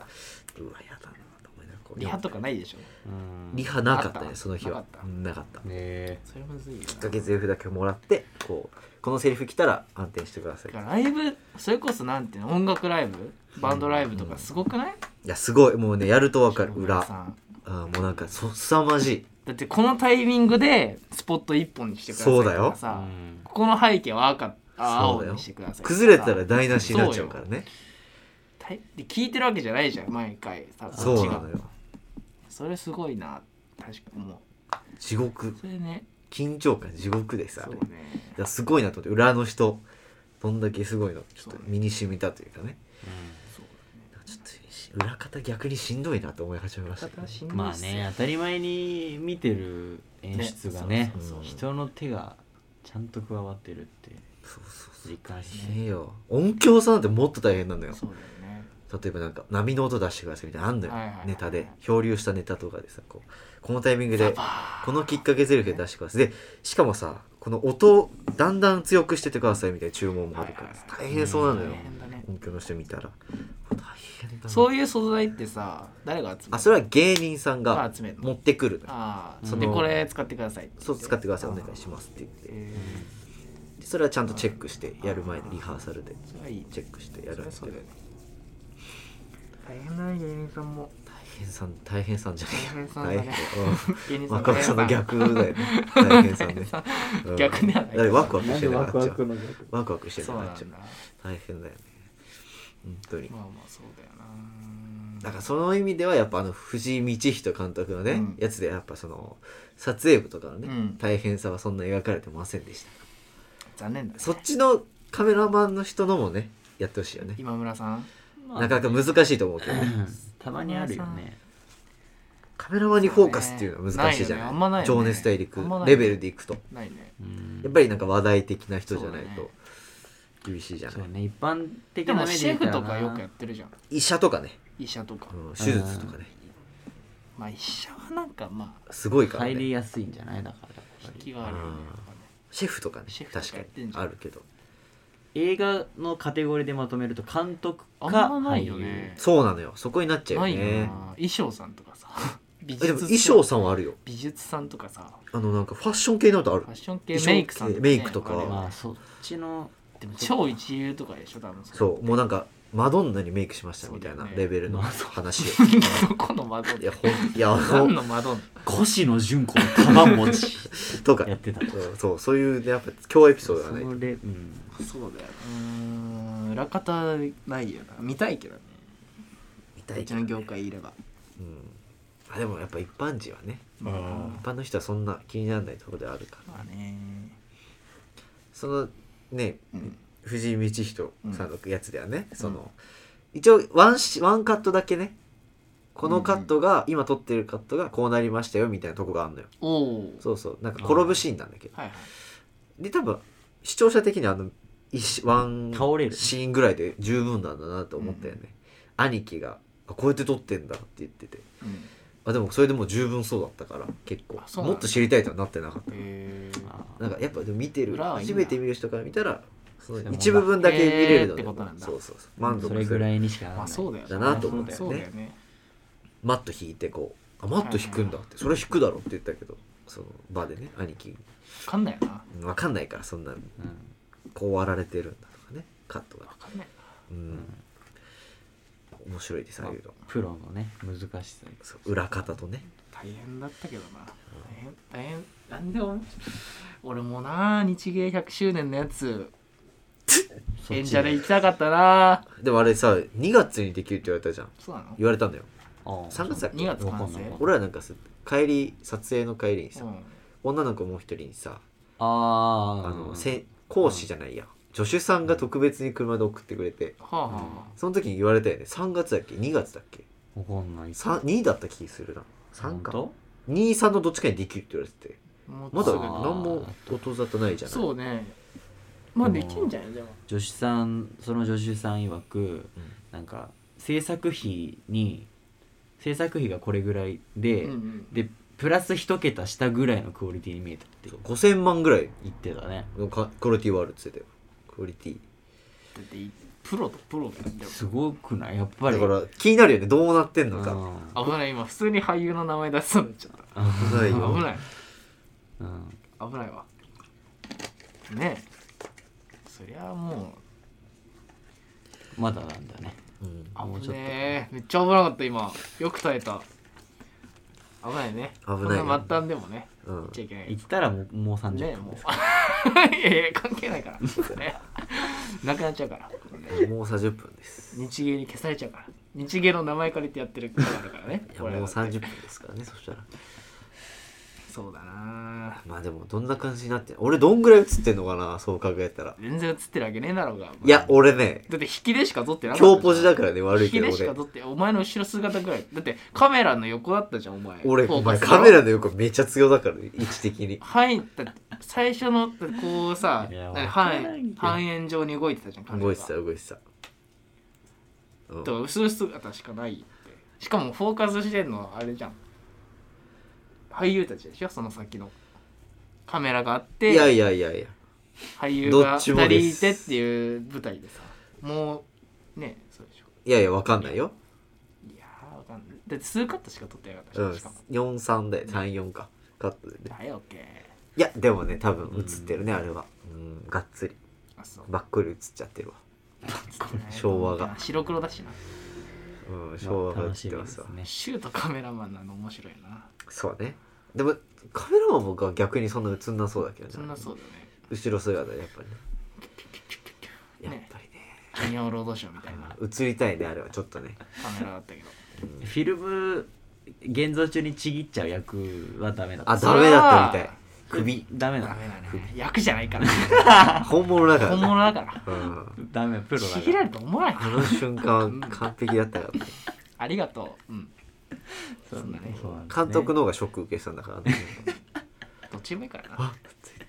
Speaker 1: うわやだなと思いながらこう
Speaker 2: リハとかないでしょ
Speaker 3: うん
Speaker 1: リ
Speaker 3: ね
Speaker 1: ハなかったね
Speaker 2: あった
Speaker 1: その日は
Speaker 2: なかった
Speaker 1: うんなかった
Speaker 3: え
Speaker 2: それむずいよ
Speaker 1: きっかけセリフだけもらってこうこのセリフ来たら暗転してください
Speaker 2: なライブそれこそなんていうの音楽ライブバンドライブとかすごくない
Speaker 1: いやすごいもうねやるとわかる裏
Speaker 2: お客さん
Speaker 1: あーもうなんかそ凄まじい
Speaker 2: だってこのタイミングでスポット一本にしてくださいと
Speaker 1: そうだよ
Speaker 2: かさここの背景は赤あ
Speaker 1: そう
Speaker 2: 青
Speaker 1: だよ
Speaker 2: にしてくださいとかさ
Speaker 1: 崩れたら台無しになっちゃうからね
Speaker 2: たいで聞いてるわけじゃないじゃん毎回多分
Speaker 1: そう
Speaker 2: こっち
Speaker 1: な
Speaker 2: が
Speaker 1: のよ
Speaker 2: それすごいな確かにも
Speaker 1: 地獄
Speaker 2: うそれね
Speaker 1: 緊張感地獄でさ
Speaker 2: そう
Speaker 1: い
Speaker 2: ね
Speaker 1: やすごいなと思って裏の人どんだけすごいのちょっと身に染みたというかね
Speaker 2: そう
Speaker 1: ちょっと裏方逆にしんどいなと思い始めましたけど
Speaker 2: だねしんどい
Speaker 3: ま
Speaker 2: っ
Speaker 3: あ
Speaker 2: すよ
Speaker 3: ね当たり前に見てる演出がね
Speaker 1: そうそうそう
Speaker 3: 人の手がちゃんと加わってるって
Speaker 1: そうそう
Speaker 3: 実感し
Speaker 1: そう
Speaker 3: ね
Speaker 1: ねえよ音響さんなんてもっと大変なんだよ
Speaker 2: そうだよね
Speaker 1: 例えばなんか波の音出してくださいみたいなのあんだよ、
Speaker 2: はいはいはい
Speaker 1: ネタで漂流したネタとかでさこうこのタイミングで
Speaker 2: あ
Speaker 1: このきっかけゼリフで出してくださいでしかもさこの音をだんだん強くしてってくださいみたいな注文もあるから
Speaker 2: はいはい
Speaker 1: 大変そうなのよ
Speaker 2: 大変だね
Speaker 1: 音響の人見たら大険だな
Speaker 2: そういう素材ってさ誰が集め
Speaker 1: あ
Speaker 2: る
Speaker 1: それは芸人さんが
Speaker 2: が集めるの
Speaker 1: 持ってくるの
Speaker 2: ああ
Speaker 1: そ
Speaker 2: そ
Speaker 1: の
Speaker 2: でこれ使ってください
Speaker 1: そう使ってくださいお願い
Speaker 2: ま
Speaker 1: しますって言って
Speaker 2: え
Speaker 1: でそれはちゃんとチェックしてやる前にリハーサルで
Speaker 2: ー、それはいいね
Speaker 1: チェックしてやるんですけど
Speaker 2: そりゃそうだよね大変だね芸人 さんも
Speaker 1: 大変さん大変さんじゃねえ
Speaker 2: 大変さんだ
Speaker 1: 大
Speaker 2: ね
Speaker 1: 変
Speaker 2: 芸
Speaker 1: うん
Speaker 2: 人さん
Speaker 1: 若草の逆だよね大変さんねうん
Speaker 2: 逆ではない
Speaker 1: だってワクワク
Speaker 3: な
Speaker 1: し
Speaker 3: ん
Speaker 1: て
Speaker 3: で
Speaker 1: な
Speaker 3: ワ
Speaker 1: く
Speaker 3: ク
Speaker 1: なっ
Speaker 3: ワ
Speaker 1: ちゃう
Speaker 3: クの逆
Speaker 1: ワクワクしてな
Speaker 2: そう
Speaker 1: く
Speaker 2: な
Speaker 1: なっ
Speaker 2: ん
Speaker 1: ち
Speaker 2: だ
Speaker 1: ゃう大変だよね本当に
Speaker 2: まあまあそうだよな
Speaker 1: だからその意味ではやっぱあの藤井道人監督のね、
Speaker 2: うん
Speaker 1: やつでやっぱその撮影部とかのね、
Speaker 2: うん
Speaker 1: 大変さはそんな描かれてませんでした
Speaker 2: 残念だね
Speaker 1: そっちのカメラマンの人のもねやってほしいよね
Speaker 2: 今村さん
Speaker 3: まあ
Speaker 1: なかなか難しいと思うけどね、
Speaker 3: たまにあるよね
Speaker 1: カメラマンにフォーカスっていうのは難しいじゃない
Speaker 2: ないよねあんまないよね
Speaker 1: 情熱大陸
Speaker 2: あんまない
Speaker 1: レベルでいくと
Speaker 2: ないね
Speaker 3: うん
Speaker 1: やっぱりなんか話題的な人じゃない
Speaker 2: そうだ
Speaker 1: と厳しいじゃない、
Speaker 3: そうね一般的
Speaker 2: で
Speaker 3: な
Speaker 2: も
Speaker 3: 目で
Speaker 2: シェ
Speaker 3: 見た
Speaker 2: フ
Speaker 3: らな
Speaker 2: とかよくやってるじゃん
Speaker 1: 医者とかね、
Speaker 2: 医者とか、
Speaker 1: うん手術とかね
Speaker 2: まあ医者はなんかまあ
Speaker 1: すごいから
Speaker 3: 入り
Speaker 1: ね
Speaker 3: やすいんじゃないだからやっぱ
Speaker 2: 引き
Speaker 3: り
Speaker 2: があるよね
Speaker 1: うん
Speaker 2: やっぱね
Speaker 1: シェフとかね
Speaker 2: シェフとか
Speaker 1: 確か
Speaker 2: やって
Speaker 1: に
Speaker 2: んじゃん
Speaker 1: あるけど
Speaker 3: 映画のカテゴリーでまとめると監督か
Speaker 2: あんまな
Speaker 3: 俳
Speaker 2: いよ
Speaker 3: 優
Speaker 2: ね
Speaker 1: そうなのよそこになっちゃう
Speaker 2: な
Speaker 1: よ
Speaker 2: いよ
Speaker 1: ね
Speaker 2: な衣装さんとかさ 美
Speaker 1: えで
Speaker 2: 術
Speaker 1: も
Speaker 2: さん
Speaker 1: 衣装さんはあるよ
Speaker 2: 美術さんとかさ
Speaker 1: あのなんかファッション系のとある
Speaker 2: ファッション系
Speaker 1: 衣装系
Speaker 2: メイクさんとか、ね、
Speaker 1: メイクとか
Speaker 2: あれは
Speaker 3: まあそっちの
Speaker 2: でも超一流とかでしょ多分
Speaker 1: そうもうなんかマドンナにメイクしましたみたいな
Speaker 2: そうだよね
Speaker 1: レベルの話を
Speaker 2: そ この窓
Speaker 1: いやほんい やあ
Speaker 2: 何
Speaker 1: の
Speaker 2: の窓
Speaker 3: 越野純 子のカバン持ち
Speaker 1: とか
Speaker 3: やってた
Speaker 1: うんそうそういうねやっぱ強エピソードがない
Speaker 3: それうん
Speaker 2: そうだようーん裏方ないよな見たいけどね
Speaker 1: みた
Speaker 2: う
Speaker 1: い
Speaker 2: ち
Speaker 1: けど
Speaker 2: の
Speaker 1: ね
Speaker 2: 業界いれば
Speaker 1: うんあでもやっぱ一般人はね
Speaker 2: ま
Speaker 3: あ
Speaker 1: 一般の人はそんな気にならないところではあるから
Speaker 2: まあね
Speaker 1: そのね
Speaker 2: うん
Speaker 1: 藤井道人さんのやつではね、その一応ワンシワンカットだけねこのカットが、今撮ってるカットがこうなりましたよみたいなとこがあるのよ
Speaker 2: おお
Speaker 1: そうそうなんか転ぶシーンなんだけど
Speaker 2: はいはい
Speaker 1: で多分視聴者的にはあの一ワン
Speaker 3: 倒れる
Speaker 1: シーンぐらいで十分なんだなと思ったよね、兄貴があこうやって撮ってんだって言ってて
Speaker 2: うん
Speaker 1: あでもそれでもう十分そうだったから結構
Speaker 2: あそうなんだ
Speaker 1: もっと知りたいとはなってなかった
Speaker 2: えー
Speaker 3: あー
Speaker 1: なんかやっぱでも見てる
Speaker 2: 裏はいいんだ
Speaker 1: 初めて見る人から見たらその
Speaker 3: そういうもんだ
Speaker 1: 一部分だけ見れるので、
Speaker 2: へーってことなんだ
Speaker 1: そうそうそう満足
Speaker 3: それぐらいにしかな
Speaker 2: ま
Speaker 3: らな
Speaker 2: あ
Speaker 3: い
Speaker 2: そうだよ
Speaker 1: だなと思うんだよね
Speaker 2: そうだよね
Speaker 1: マット引いてこうあマット引くんだってそれ引くだろって言ったけどその場でね兄貴
Speaker 2: 分かんないよな
Speaker 1: 分かんないからそんな
Speaker 3: うん
Speaker 1: こう割られてるんだとかねカットが
Speaker 2: 分かんない
Speaker 1: うん面白いですああいうの
Speaker 3: プロのね難しさ
Speaker 1: そう裏方とね
Speaker 2: 大変だったけどな大変大変なんでも俺もな日芸100周年のやつ
Speaker 3: そっ
Speaker 2: 演
Speaker 3: ち
Speaker 2: 者で行きたかったな
Speaker 1: でもあれさ2月にできるって言われたじゃん
Speaker 2: そうなの
Speaker 1: 言われたんだよ
Speaker 3: あー
Speaker 1: 3月だっけ
Speaker 2: 2月
Speaker 3: わか
Speaker 2: 完
Speaker 3: ん
Speaker 2: 成
Speaker 3: ないわ
Speaker 1: 俺らなんかさ帰り撮影の帰りにさ、
Speaker 2: うん
Speaker 1: 女の子もう一人にさ
Speaker 3: あー
Speaker 1: あの、せ講師じゃないや助手さんが特別に車で送ってくれて
Speaker 2: はあはあ
Speaker 1: その時に言われたよね3月だっけ2月だっけ
Speaker 3: わかんない
Speaker 1: さ2だった気するな3
Speaker 3: ほ
Speaker 1: か
Speaker 3: んと
Speaker 1: 23のどっちかにできるって言われてて
Speaker 2: もう
Speaker 1: まだ
Speaker 2: す
Speaker 3: あ
Speaker 2: ぐ
Speaker 3: ー
Speaker 1: 何も音沙汰ないじゃない
Speaker 2: そうねまあできんじゃないでも
Speaker 3: 助手さんその助手さん曰くなんか制作費に制作費がこれぐらいで、
Speaker 2: うんうん
Speaker 3: でプラス1桁下ぐらいのクオリティに見えたって
Speaker 1: そう5000万ぐらい
Speaker 3: 言ってたね
Speaker 1: のかクオリティはあるっつってたよクオリティ
Speaker 2: だっていプロとプロがやってる
Speaker 3: すごくないやっ
Speaker 1: だ
Speaker 3: ぱり
Speaker 1: から気になるよねどうなってんの
Speaker 3: う
Speaker 1: か
Speaker 3: ん
Speaker 2: 危ない今普通に俳優の名前出しそうになっちゃっ
Speaker 1: 危ない
Speaker 2: た危
Speaker 1: よ
Speaker 2: ない
Speaker 3: うん
Speaker 2: 危ないわねえそりゃも
Speaker 3: まだなんだね
Speaker 1: うん
Speaker 2: う
Speaker 3: もうち
Speaker 2: 危
Speaker 3: ょっと
Speaker 2: ねえめっちゃ危なかった今よく耐えた危ないね
Speaker 1: 危ないよ
Speaker 2: こんな末端でもね
Speaker 1: うん
Speaker 2: 言っちゃいけない
Speaker 3: 行ったらもうもう
Speaker 2: ねえ
Speaker 3: 30分
Speaker 2: も
Speaker 3: です、
Speaker 2: う いやいや関係ないからねなくなっちゃうから
Speaker 1: もう30分です
Speaker 2: 日芸に消されちゃうから日芸の名前借りてやってるからだからね
Speaker 1: いやも
Speaker 2: こ
Speaker 1: う
Speaker 2: れ
Speaker 1: 30分ですからねそしたら
Speaker 2: そうだな
Speaker 1: まあでもどんな感じになって俺どんぐらい映ってんのかなそう考えたら
Speaker 2: 全然映ってるわけねえだろうが
Speaker 1: いや俺ね
Speaker 2: だって引きでしか撮ってなかったじゃん
Speaker 1: 強ポジだからね悪い
Speaker 2: 引き
Speaker 1: けど
Speaker 2: でしか撮ってお前の後ろ姿ぐらいだってカメラの横だったじゃんお前
Speaker 1: 俺
Speaker 2: フォ
Speaker 1: 俺
Speaker 2: ー
Speaker 1: お
Speaker 2: カ
Speaker 1: 前
Speaker 2: スが
Speaker 1: カメラの横めっちゃ強だからね位置的に
Speaker 2: はいだって最初のだってこうさ
Speaker 3: い
Speaker 2: な
Speaker 3: や
Speaker 2: んか
Speaker 3: わからん
Speaker 2: 半
Speaker 3: けど
Speaker 2: 半円状に動いてたじゃんカメラ
Speaker 1: 動
Speaker 2: が
Speaker 1: いてた動いてた、うん
Speaker 2: だから後ろ姿しかないってしかもフォーカスしてんのはあれじゃん俳優たちでしょその先のカメラがあって
Speaker 1: いやいやいやいや
Speaker 2: 俳優
Speaker 1: ど
Speaker 2: が
Speaker 1: っちも
Speaker 2: 2
Speaker 1: で
Speaker 2: 人い
Speaker 1: す
Speaker 2: てっていう舞台でさもうねそうでしょ
Speaker 1: いやいやわかんないよ、
Speaker 2: いやーわかんないだって数カットしか撮ってなかったし,、
Speaker 1: うん
Speaker 2: しかも、
Speaker 1: 43で34かカットでね
Speaker 2: だよけ
Speaker 1: いやでもね多分映ってるねあれはうんがっつり
Speaker 2: ーあそう
Speaker 1: ばっくり映っちゃってるわ昭和が
Speaker 2: 白黒だしな
Speaker 1: うん昭和が映っ
Speaker 3: 楽してみで
Speaker 1: ます
Speaker 3: す
Speaker 1: わ
Speaker 3: ね
Speaker 2: シュートカメラマンなの面白いな
Speaker 1: そうねでもカメラマン僕は逆にそんな映んなそうだけどね
Speaker 2: そんなそう
Speaker 1: 後ろ姿でやっぱりね
Speaker 2: だ
Speaker 1: やっ
Speaker 2: よねね
Speaker 1: ぱりね
Speaker 2: 金曜ロードショーみたいなカ
Speaker 1: 映りたいねあれはちょっとね
Speaker 2: メラだった けど
Speaker 3: フィルム現像中にちぎっちゃう役はダメだ
Speaker 1: あダメだったみたい首
Speaker 3: ダメ
Speaker 2: ダ
Speaker 3: だ
Speaker 2: メだね役じゃないから
Speaker 1: 本物だから
Speaker 2: 本
Speaker 1: ね
Speaker 2: 物だから
Speaker 1: うん
Speaker 3: ダメプロだか
Speaker 2: ち
Speaker 3: ら
Speaker 2: ぎられると思わない
Speaker 1: あの瞬間は完璧だったからね
Speaker 2: ありがとううん
Speaker 3: そうだねそうなんですね
Speaker 1: 監督の方がショック受けてたんだからね
Speaker 2: どっちもいいからな
Speaker 1: あついて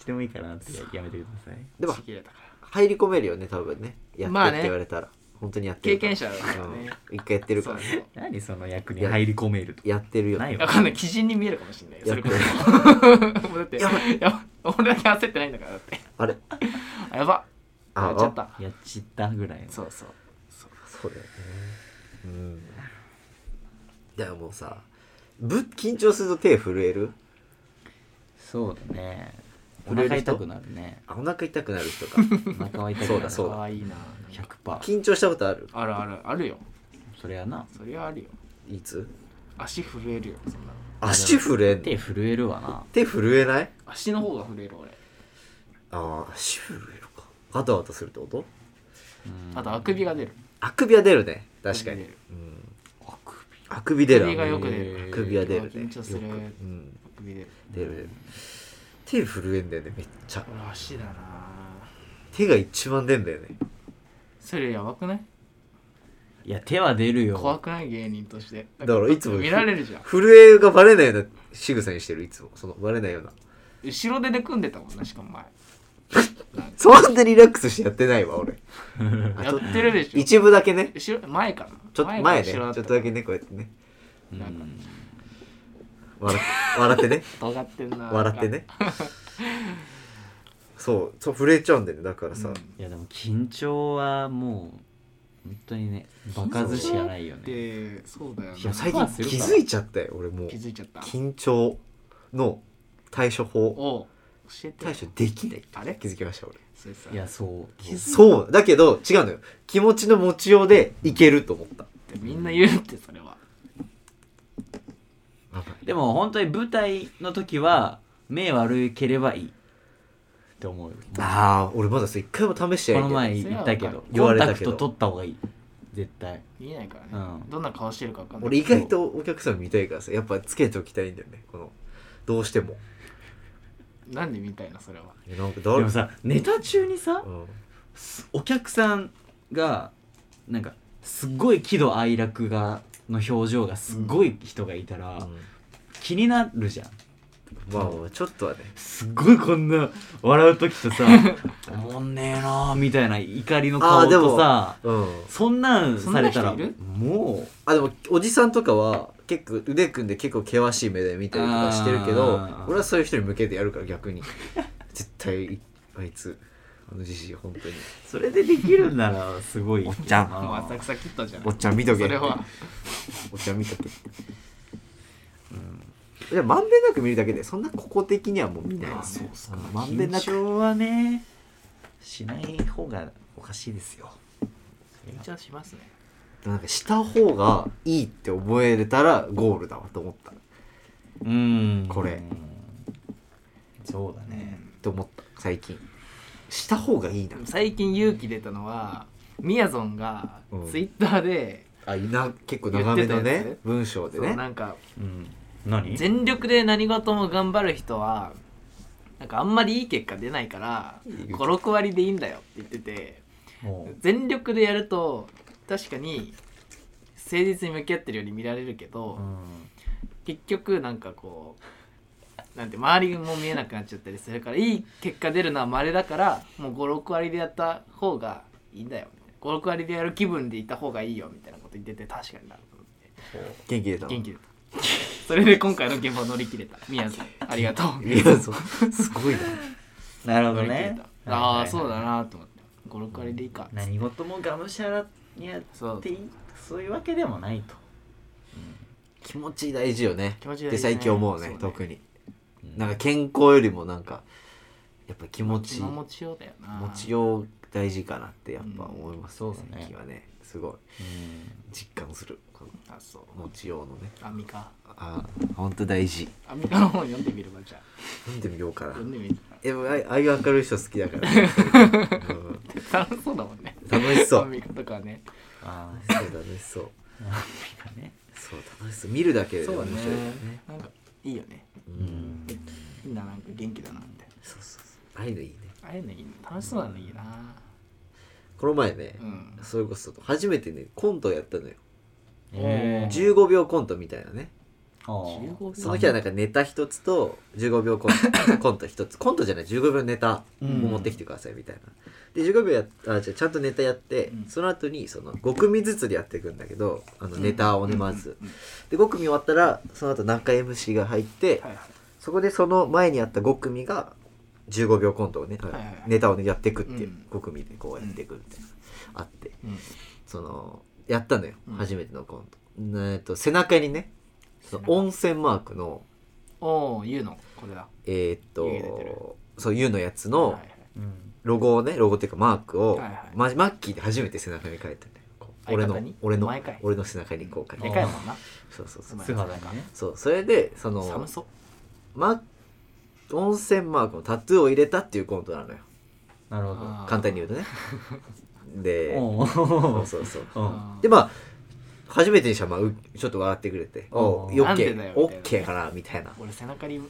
Speaker 3: してもいいかなってやめてください
Speaker 1: でも
Speaker 2: ちぎれたから
Speaker 1: 入り込めるよね多分ねやっ
Speaker 2: ま
Speaker 1: て
Speaker 2: あね
Speaker 1: って言われたら本当にやって
Speaker 2: 経
Speaker 1: るから
Speaker 2: 験者だからね
Speaker 1: うん一回やってるから
Speaker 2: そうそう
Speaker 3: 何その役に入り込めると
Speaker 1: やってるよ
Speaker 3: ない
Speaker 2: わ
Speaker 3: わ
Speaker 2: かんない基準に見えるかもしれないよそれこ そもうだって
Speaker 1: やば
Speaker 2: やば俺だけ焦ってないんだからだって
Speaker 1: あれ
Speaker 2: あやば
Speaker 1: あ
Speaker 2: やっちゃった
Speaker 3: やっちったぐらいの
Speaker 2: そうそう
Speaker 1: そうだよねうんだからもうさぶ緊張すると手震える
Speaker 3: そうだねお
Speaker 1: 震え
Speaker 3: 腹
Speaker 1: る人
Speaker 3: 痛くなるね
Speaker 1: あお腹痛くなる人 か
Speaker 3: お腹は痛くなる
Speaker 1: そうだそうだ
Speaker 2: かわいいな
Speaker 3: 100%
Speaker 1: 緊張したことある
Speaker 2: あるあるあるよ
Speaker 3: それはな
Speaker 2: そりゃあるよ
Speaker 1: いつ
Speaker 2: 足震えるよそんなの
Speaker 1: 足震えんの
Speaker 3: 手震えるわな
Speaker 1: 手震えない
Speaker 2: 足の方が震える俺
Speaker 1: ああ足震えるかガタガタするってこと
Speaker 3: うん
Speaker 2: あとあくびが出る
Speaker 1: あくびは出るね確かに、
Speaker 2: あくび出る
Speaker 1: うん、あくび出る
Speaker 2: あく
Speaker 3: あくび
Speaker 2: びがよく出
Speaker 3: る
Speaker 1: あくびは出るね
Speaker 2: 緊張する
Speaker 1: よくうん
Speaker 2: あくび出る
Speaker 1: 出る出る手震えんだよねめっちゃ
Speaker 2: 俺足だな
Speaker 1: 手が一番出んだよね
Speaker 2: それやばくない
Speaker 3: いや手は出るよ
Speaker 2: 怖くない芸人として
Speaker 1: だからいつも
Speaker 2: 見られるじゃん
Speaker 1: 震えがバレないような仕草にしてるいつもそのバレないような
Speaker 2: 後ろ手で組んでたもんなしかも前
Speaker 1: そんなリラックスしてやってない わ俺あ
Speaker 2: や
Speaker 1: と
Speaker 2: ってるでしょ
Speaker 1: 一部だけね
Speaker 2: 後ろ前かな
Speaker 1: ちょっと前ね
Speaker 2: か
Speaker 1: ち
Speaker 2: 後
Speaker 1: ょ
Speaker 2: ろ
Speaker 1: っ
Speaker 2: だ
Speaker 1: と
Speaker 2: た
Speaker 1: だけねこうやってね
Speaker 3: うん
Speaker 2: なんか
Speaker 1: 笑って笑ってね
Speaker 2: 尖ってんな
Speaker 1: 笑ってねそうそう震えちゃうんだよねだからさ、
Speaker 2: うん
Speaker 3: いやでも緊張はもう本当にねバカずしやないよね
Speaker 2: でそうだよね
Speaker 1: いや最
Speaker 3: ま
Speaker 1: 近
Speaker 3: あするか
Speaker 1: 気づいちゃったよ俺もう
Speaker 2: 気づいちゃった
Speaker 1: 緊張の対処法
Speaker 2: おう教えて
Speaker 1: 対処できない
Speaker 2: あれ
Speaker 1: 気づきました俺
Speaker 2: それさ
Speaker 3: いやそう
Speaker 2: 気づい
Speaker 1: そうだけど違うのよ気持ちの持ちようでいけると思った
Speaker 2: てみんな言うってそれは
Speaker 3: でも本当に舞台の時は目悪ければいいって思うよ
Speaker 1: ああ俺まだそれ一回も試して
Speaker 3: こ
Speaker 1: ない
Speaker 3: の
Speaker 1: んだよ
Speaker 3: 前言ったけど
Speaker 1: 言
Speaker 3: コ
Speaker 1: わ
Speaker 3: ン
Speaker 1: れ
Speaker 3: タ
Speaker 1: た
Speaker 3: ク
Speaker 1: けど
Speaker 3: ト取った方がいい絶対
Speaker 2: 見えないからね、
Speaker 3: うん
Speaker 2: どんな顔してるか分かんない
Speaker 1: 俺意外とお客さん見たいからさやっぱつけておきたいんだよねこのどうしても
Speaker 2: なんで見たいなそれは
Speaker 1: なんか
Speaker 3: で
Speaker 1: 誰
Speaker 3: もさネタ中にさ
Speaker 1: うん
Speaker 3: お客さんがなんかすっごい喜怒哀楽がの表情がすごい人がいたら、気になるじゃん
Speaker 1: まあまあちょっとはね
Speaker 3: すっごいこんな笑う時と さおもんねえなーみたいな怒りの
Speaker 1: あ
Speaker 3: 顔
Speaker 1: ーでも
Speaker 3: とさ
Speaker 1: うん
Speaker 3: そんなんされたら
Speaker 2: そんな人いる
Speaker 3: もう
Speaker 1: あでもおじさんとかは結構腕組んで結構険しい目で見たりとかしてるけど
Speaker 3: あー
Speaker 1: 俺はそういう人に向けてやるから 逆に絶対あいつあのじじい本当に
Speaker 3: それでできるんならすごいおっ
Speaker 1: ちゃん
Speaker 2: もう浅草キッドじゃない
Speaker 1: おっちゃん見とけ
Speaker 2: それは
Speaker 1: お茶見とけじゃあまんべんなく見るだけでそんな個々的にはもう見ないですねうんまんべんな
Speaker 3: 緊
Speaker 1: く
Speaker 3: 張はねしない方がおかしいですよ
Speaker 2: 緊張しますね
Speaker 1: なんかした方がいいって覚えれたらゴールだわと思った
Speaker 3: うん
Speaker 1: これ
Speaker 3: そうだね
Speaker 1: と思った最近した方がいいな
Speaker 2: でも最近勇気出たのはみやぞんが
Speaker 1: うん
Speaker 2: ツイッターで、
Speaker 1: あいな結構長めの
Speaker 2: 言ってたや
Speaker 1: ね
Speaker 2: つ
Speaker 1: 文章で
Speaker 2: そう
Speaker 1: ね
Speaker 2: なんか
Speaker 3: うん何
Speaker 2: 全力で何事も頑張る人はなんかあんまりいい結果出ないから56割でいいんだよって言ってて
Speaker 3: も
Speaker 2: 全力でやると確かに誠実に向き合ってるように見られるけど、
Speaker 3: ううん
Speaker 2: 結局なんかこうなんて周りも見えなくなっちゃったりするからいい結果出るのは稀だからもう56割でやった方がいいんだよ56割でやる気分でいた方がいいよみたいなこと言ってて確かになると思って
Speaker 1: 元気出た
Speaker 2: 元気出たそれで今回の現場を乗り切れた宮さんありがとう
Speaker 1: いやそうすごいな
Speaker 3: なるほ
Speaker 2: 乗
Speaker 3: ど
Speaker 2: り切れ
Speaker 3: ね
Speaker 2: たああ
Speaker 3: はいはいはい
Speaker 2: そうだなと思って56割でいいか
Speaker 3: 何事もがむしゃらにやっ
Speaker 2: そう
Speaker 3: ていいそういうわけでもないと、
Speaker 1: 気持ち大事よね
Speaker 2: 気持ち大事
Speaker 1: って
Speaker 2: ね
Speaker 1: 最近思うね
Speaker 2: そうね
Speaker 1: 特に
Speaker 3: うん
Speaker 1: なんか健康よりもなんかやっぱ気持ち
Speaker 2: 気の持ちようだよな
Speaker 1: 持ちよう大事かなってやっぱ思います、
Speaker 3: うんそうだね
Speaker 1: 最近はねすごい実感するこの
Speaker 2: あそう
Speaker 1: 持ちようのね
Speaker 2: アミカ
Speaker 1: あーほんと大事
Speaker 2: アミカの本読んでみればじゃあ
Speaker 1: 読んでみようかな
Speaker 2: 読んでみる
Speaker 1: えあああいう明るい人好きだから、ねうん
Speaker 2: 楽しそうだもんね
Speaker 1: 楽しそ
Speaker 2: ア
Speaker 1: う
Speaker 2: ミカとかはね
Speaker 3: ああ
Speaker 1: そう楽しそう
Speaker 3: なんかね
Speaker 1: そう楽しそう見るだけで面白いよね
Speaker 2: なんかいいよね
Speaker 1: うん
Speaker 2: みんななんか元気だなみたい
Speaker 1: そうそうそうああいうのいいね
Speaker 2: なああいうのいいね楽しそうなのいいな
Speaker 1: この前ね、
Speaker 2: うん
Speaker 1: それこそ初めてねコントやったのよ
Speaker 2: うん
Speaker 1: 15秒コントみたいなね
Speaker 2: 15秒
Speaker 1: その日はなんかネタ一つと15秒コントコント一つコントじゃない15秒ネタを持ってきてくださいみたいな、で15秒やっあじゃあちゃんとネタやって、
Speaker 2: うん
Speaker 1: その後にその5組ずつでやっていくんだけどあのネタをねまず、
Speaker 2: うんうん
Speaker 1: で5組終わったらその後中 MC が入って、
Speaker 2: はいはい
Speaker 1: そこでその前にあった5組が15秒コントをね、
Speaker 2: いはい
Speaker 1: ネタをねやっていくっていう、
Speaker 2: うん
Speaker 1: 5組でこうやっていくみたいな、あって
Speaker 2: うん
Speaker 1: そのやったのよ、
Speaker 2: うん
Speaker 1: 初めてのコント、えっと背中にねその温泉マークの
Speaker 2: おお言うのこれだ
Speaker 1: えーっ
Speaker 2: 湯気出てる
Speaker 1: とそう U のやつ
Speaker 2: はい
Speaker 1: の
Speaker 2: はい
Speaker 3: うん
Speaker 1: ロゴをねロゴっていうかマークを、
Speaker 2: はいはい
Speaker 1: まマッキーで初めて背中に書いたんだよこう俺
Speaker 2: 相
Speaker 1: の
Speaker 2: 方に
Speaker 1: 俺の
Speaker 2: 毎回
Speaker 1: 俺の背中にこう書い
Speaker 2: で
Speaker 1: て
Speaker 2: かいもんな
Speaker 1: そうそうそう
Speaker 2: まあ
Speaker 3: 素肌がね
Speaker 1: そうそれでその
Speaker 2: 寒そう
Speaker 1: マ温泉マークのタトゥーを入れたっていうコントなのよ
Speaker 3: なるほ
Speaker 2: あー
Speaker 1: 簡単に言うとね で
Speaker 3: ど
Speaker 1: そ
Speaker 3: お
Speaker 1: うそうそう
Speaker 3: お
Speaker 1: でまあ初めてにしたら、まあ、うちょっと笑ってくれて「お
Speaker 3: う
Speaker 1: うんよ
Speaker 2: な
Speaker 1: っ
Speaker 2: ん
Speaker 1: け
Speaker 2: でだよみたいな
Speaker 1: オッケーかな」みたいな
Speaker 2: 俺背中に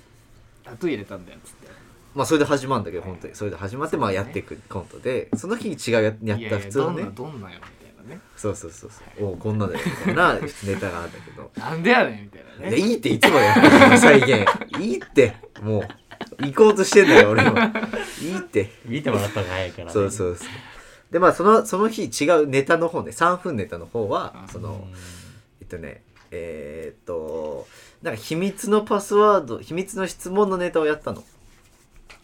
Speaker 2: タトゥー入れたんだよっつって
Speaker 1: まあそれで始まるんだけど本当にそれで始まってまあやっていくコントでその日に違うややった普通の
Speaker 2: いやいや
Speaker 1: ね
Speaker 2: どんなどんなよみたいなね
Speaker 1: そうそうそうそうおうこんなだよみたいなネタがあったけど
Speaker 2: なんでやねんみたいない
Speaker 1: や
Speaker 2: ね
Speaker 1: いいっていつもやる再現 いいってもう行こうとしてんだよ俺はいいって
Speaker 3: 見てもらった方が早いからね
Speaker 1: そうそうそうでまあそのその日違うネタの方ね3分ネタの方は
Speaker 2: うん
Speaker 1: そうの
Speaker 3: ん
Speaker 1: えっとねえーっとなんか秘密のパスワード秘密の質問のネタをやったの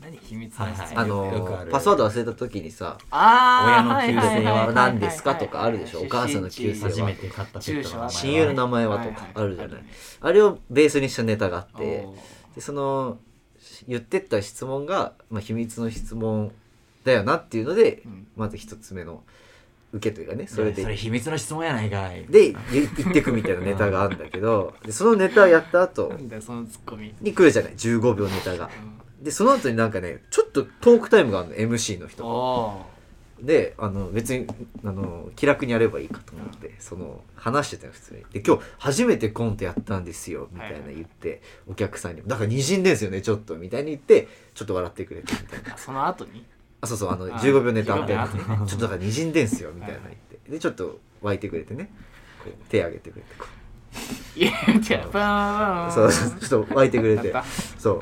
Speaker 2: 何秘密の質
Speaker 3: はい
Speaker 2: 問
Speaker 1: あ
Speaker 3: よく
Speaker 1: の
Speaker 3: ある
Speaker 1: パスワード忘れた時にさ
Speaker 2: あー
Speaker 3: 親の旧姓は
Speaker 1: 何ですかとかあるでしょお母さんの旧姓は
Speaker 3: 初めて買ったペットの名前は
Speaker 1: 親友の名前はとかあるじゃないあれをベースにしたネタがあってでそのし言ってった質問が、まあ、秘密の質問だよなっていうので、
Speaker 2: うん
Speaker 1: まず一つ目の受けというかね
Speaker 3: そ
Speaker 1: それ
Speaker 3: れそれ
Speaker 1: で
Speaker 3: 秘密の質問やないかい
Speaker 1: でい言ってくみたいなネタがあるんだけどでそのネタをやった後
Speaker 2: なんだよそのツッコミ
Speaker 1: に来るじゃない15秒ネタが。でその後になんかねちょっとトークタイムがあるの MC の
Speaker 2: お
Speaker 1: 人
Speaker 2: お
Speaker 1: であの別にあの気楽にやればいいかと思ってその話してたよ普通にで今日初めてコントやったんですよみたいな言ってお客さんにもだからにじんでんすよねちょっとみたいに言ってちょっと笑ってくれてみたいな
Speaker 2: ーその後に
Speaker 1: あそうそうあの
Speaker 2: あ
Speaker 1: 15秒ネタあって
Speaker 2: 15秒
Speaker 1: ちょっとだからにじんでんすよみたいな言ってでちょっと湧いてくれてねこう手挙げてくれてこ
Speaker 2: いや違うバー
Speaker 1: う
Speaker 2: ン
Speaker 1: そうそうちょっと湧いてくれ
Speaker 2: なん
Speaker 1: て
Speaker 2: だ
Speaker 1: そう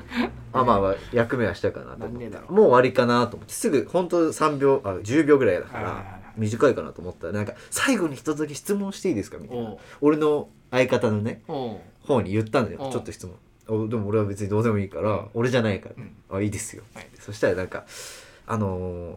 Speaker 1: あまあまあ役目はしたかなと
Speaker 2: なん
Speaker 1: 思っ
Speaker 2: ねえ
Speaker 1: て
Speaker 2: だろ
Speaker 1: もう終わりかなと思ってすぐ本当3秒あ10秒ぐらいだか
Speaker 2: はいはいはい
Speaker 1: ら短いかなと思ったらなんか最後に一つだけ質問していいですかみたいな
Speaker 2: おう
Speaker 1: 俺の相方のね
Speaker 2: おう
Speaker 1: 方に言ったんだよ
Speaker 2: おう
Speaker 1: ちょっと質問おでも俺は別にどうでもいいから、
Speaker 2: うん
Speaker 1: 俺じゃないから、
Speaker 2: うん
Speaker 1: あいいですよ、
Speaker 2: はい
Speaker 1: そしたらなんかあのー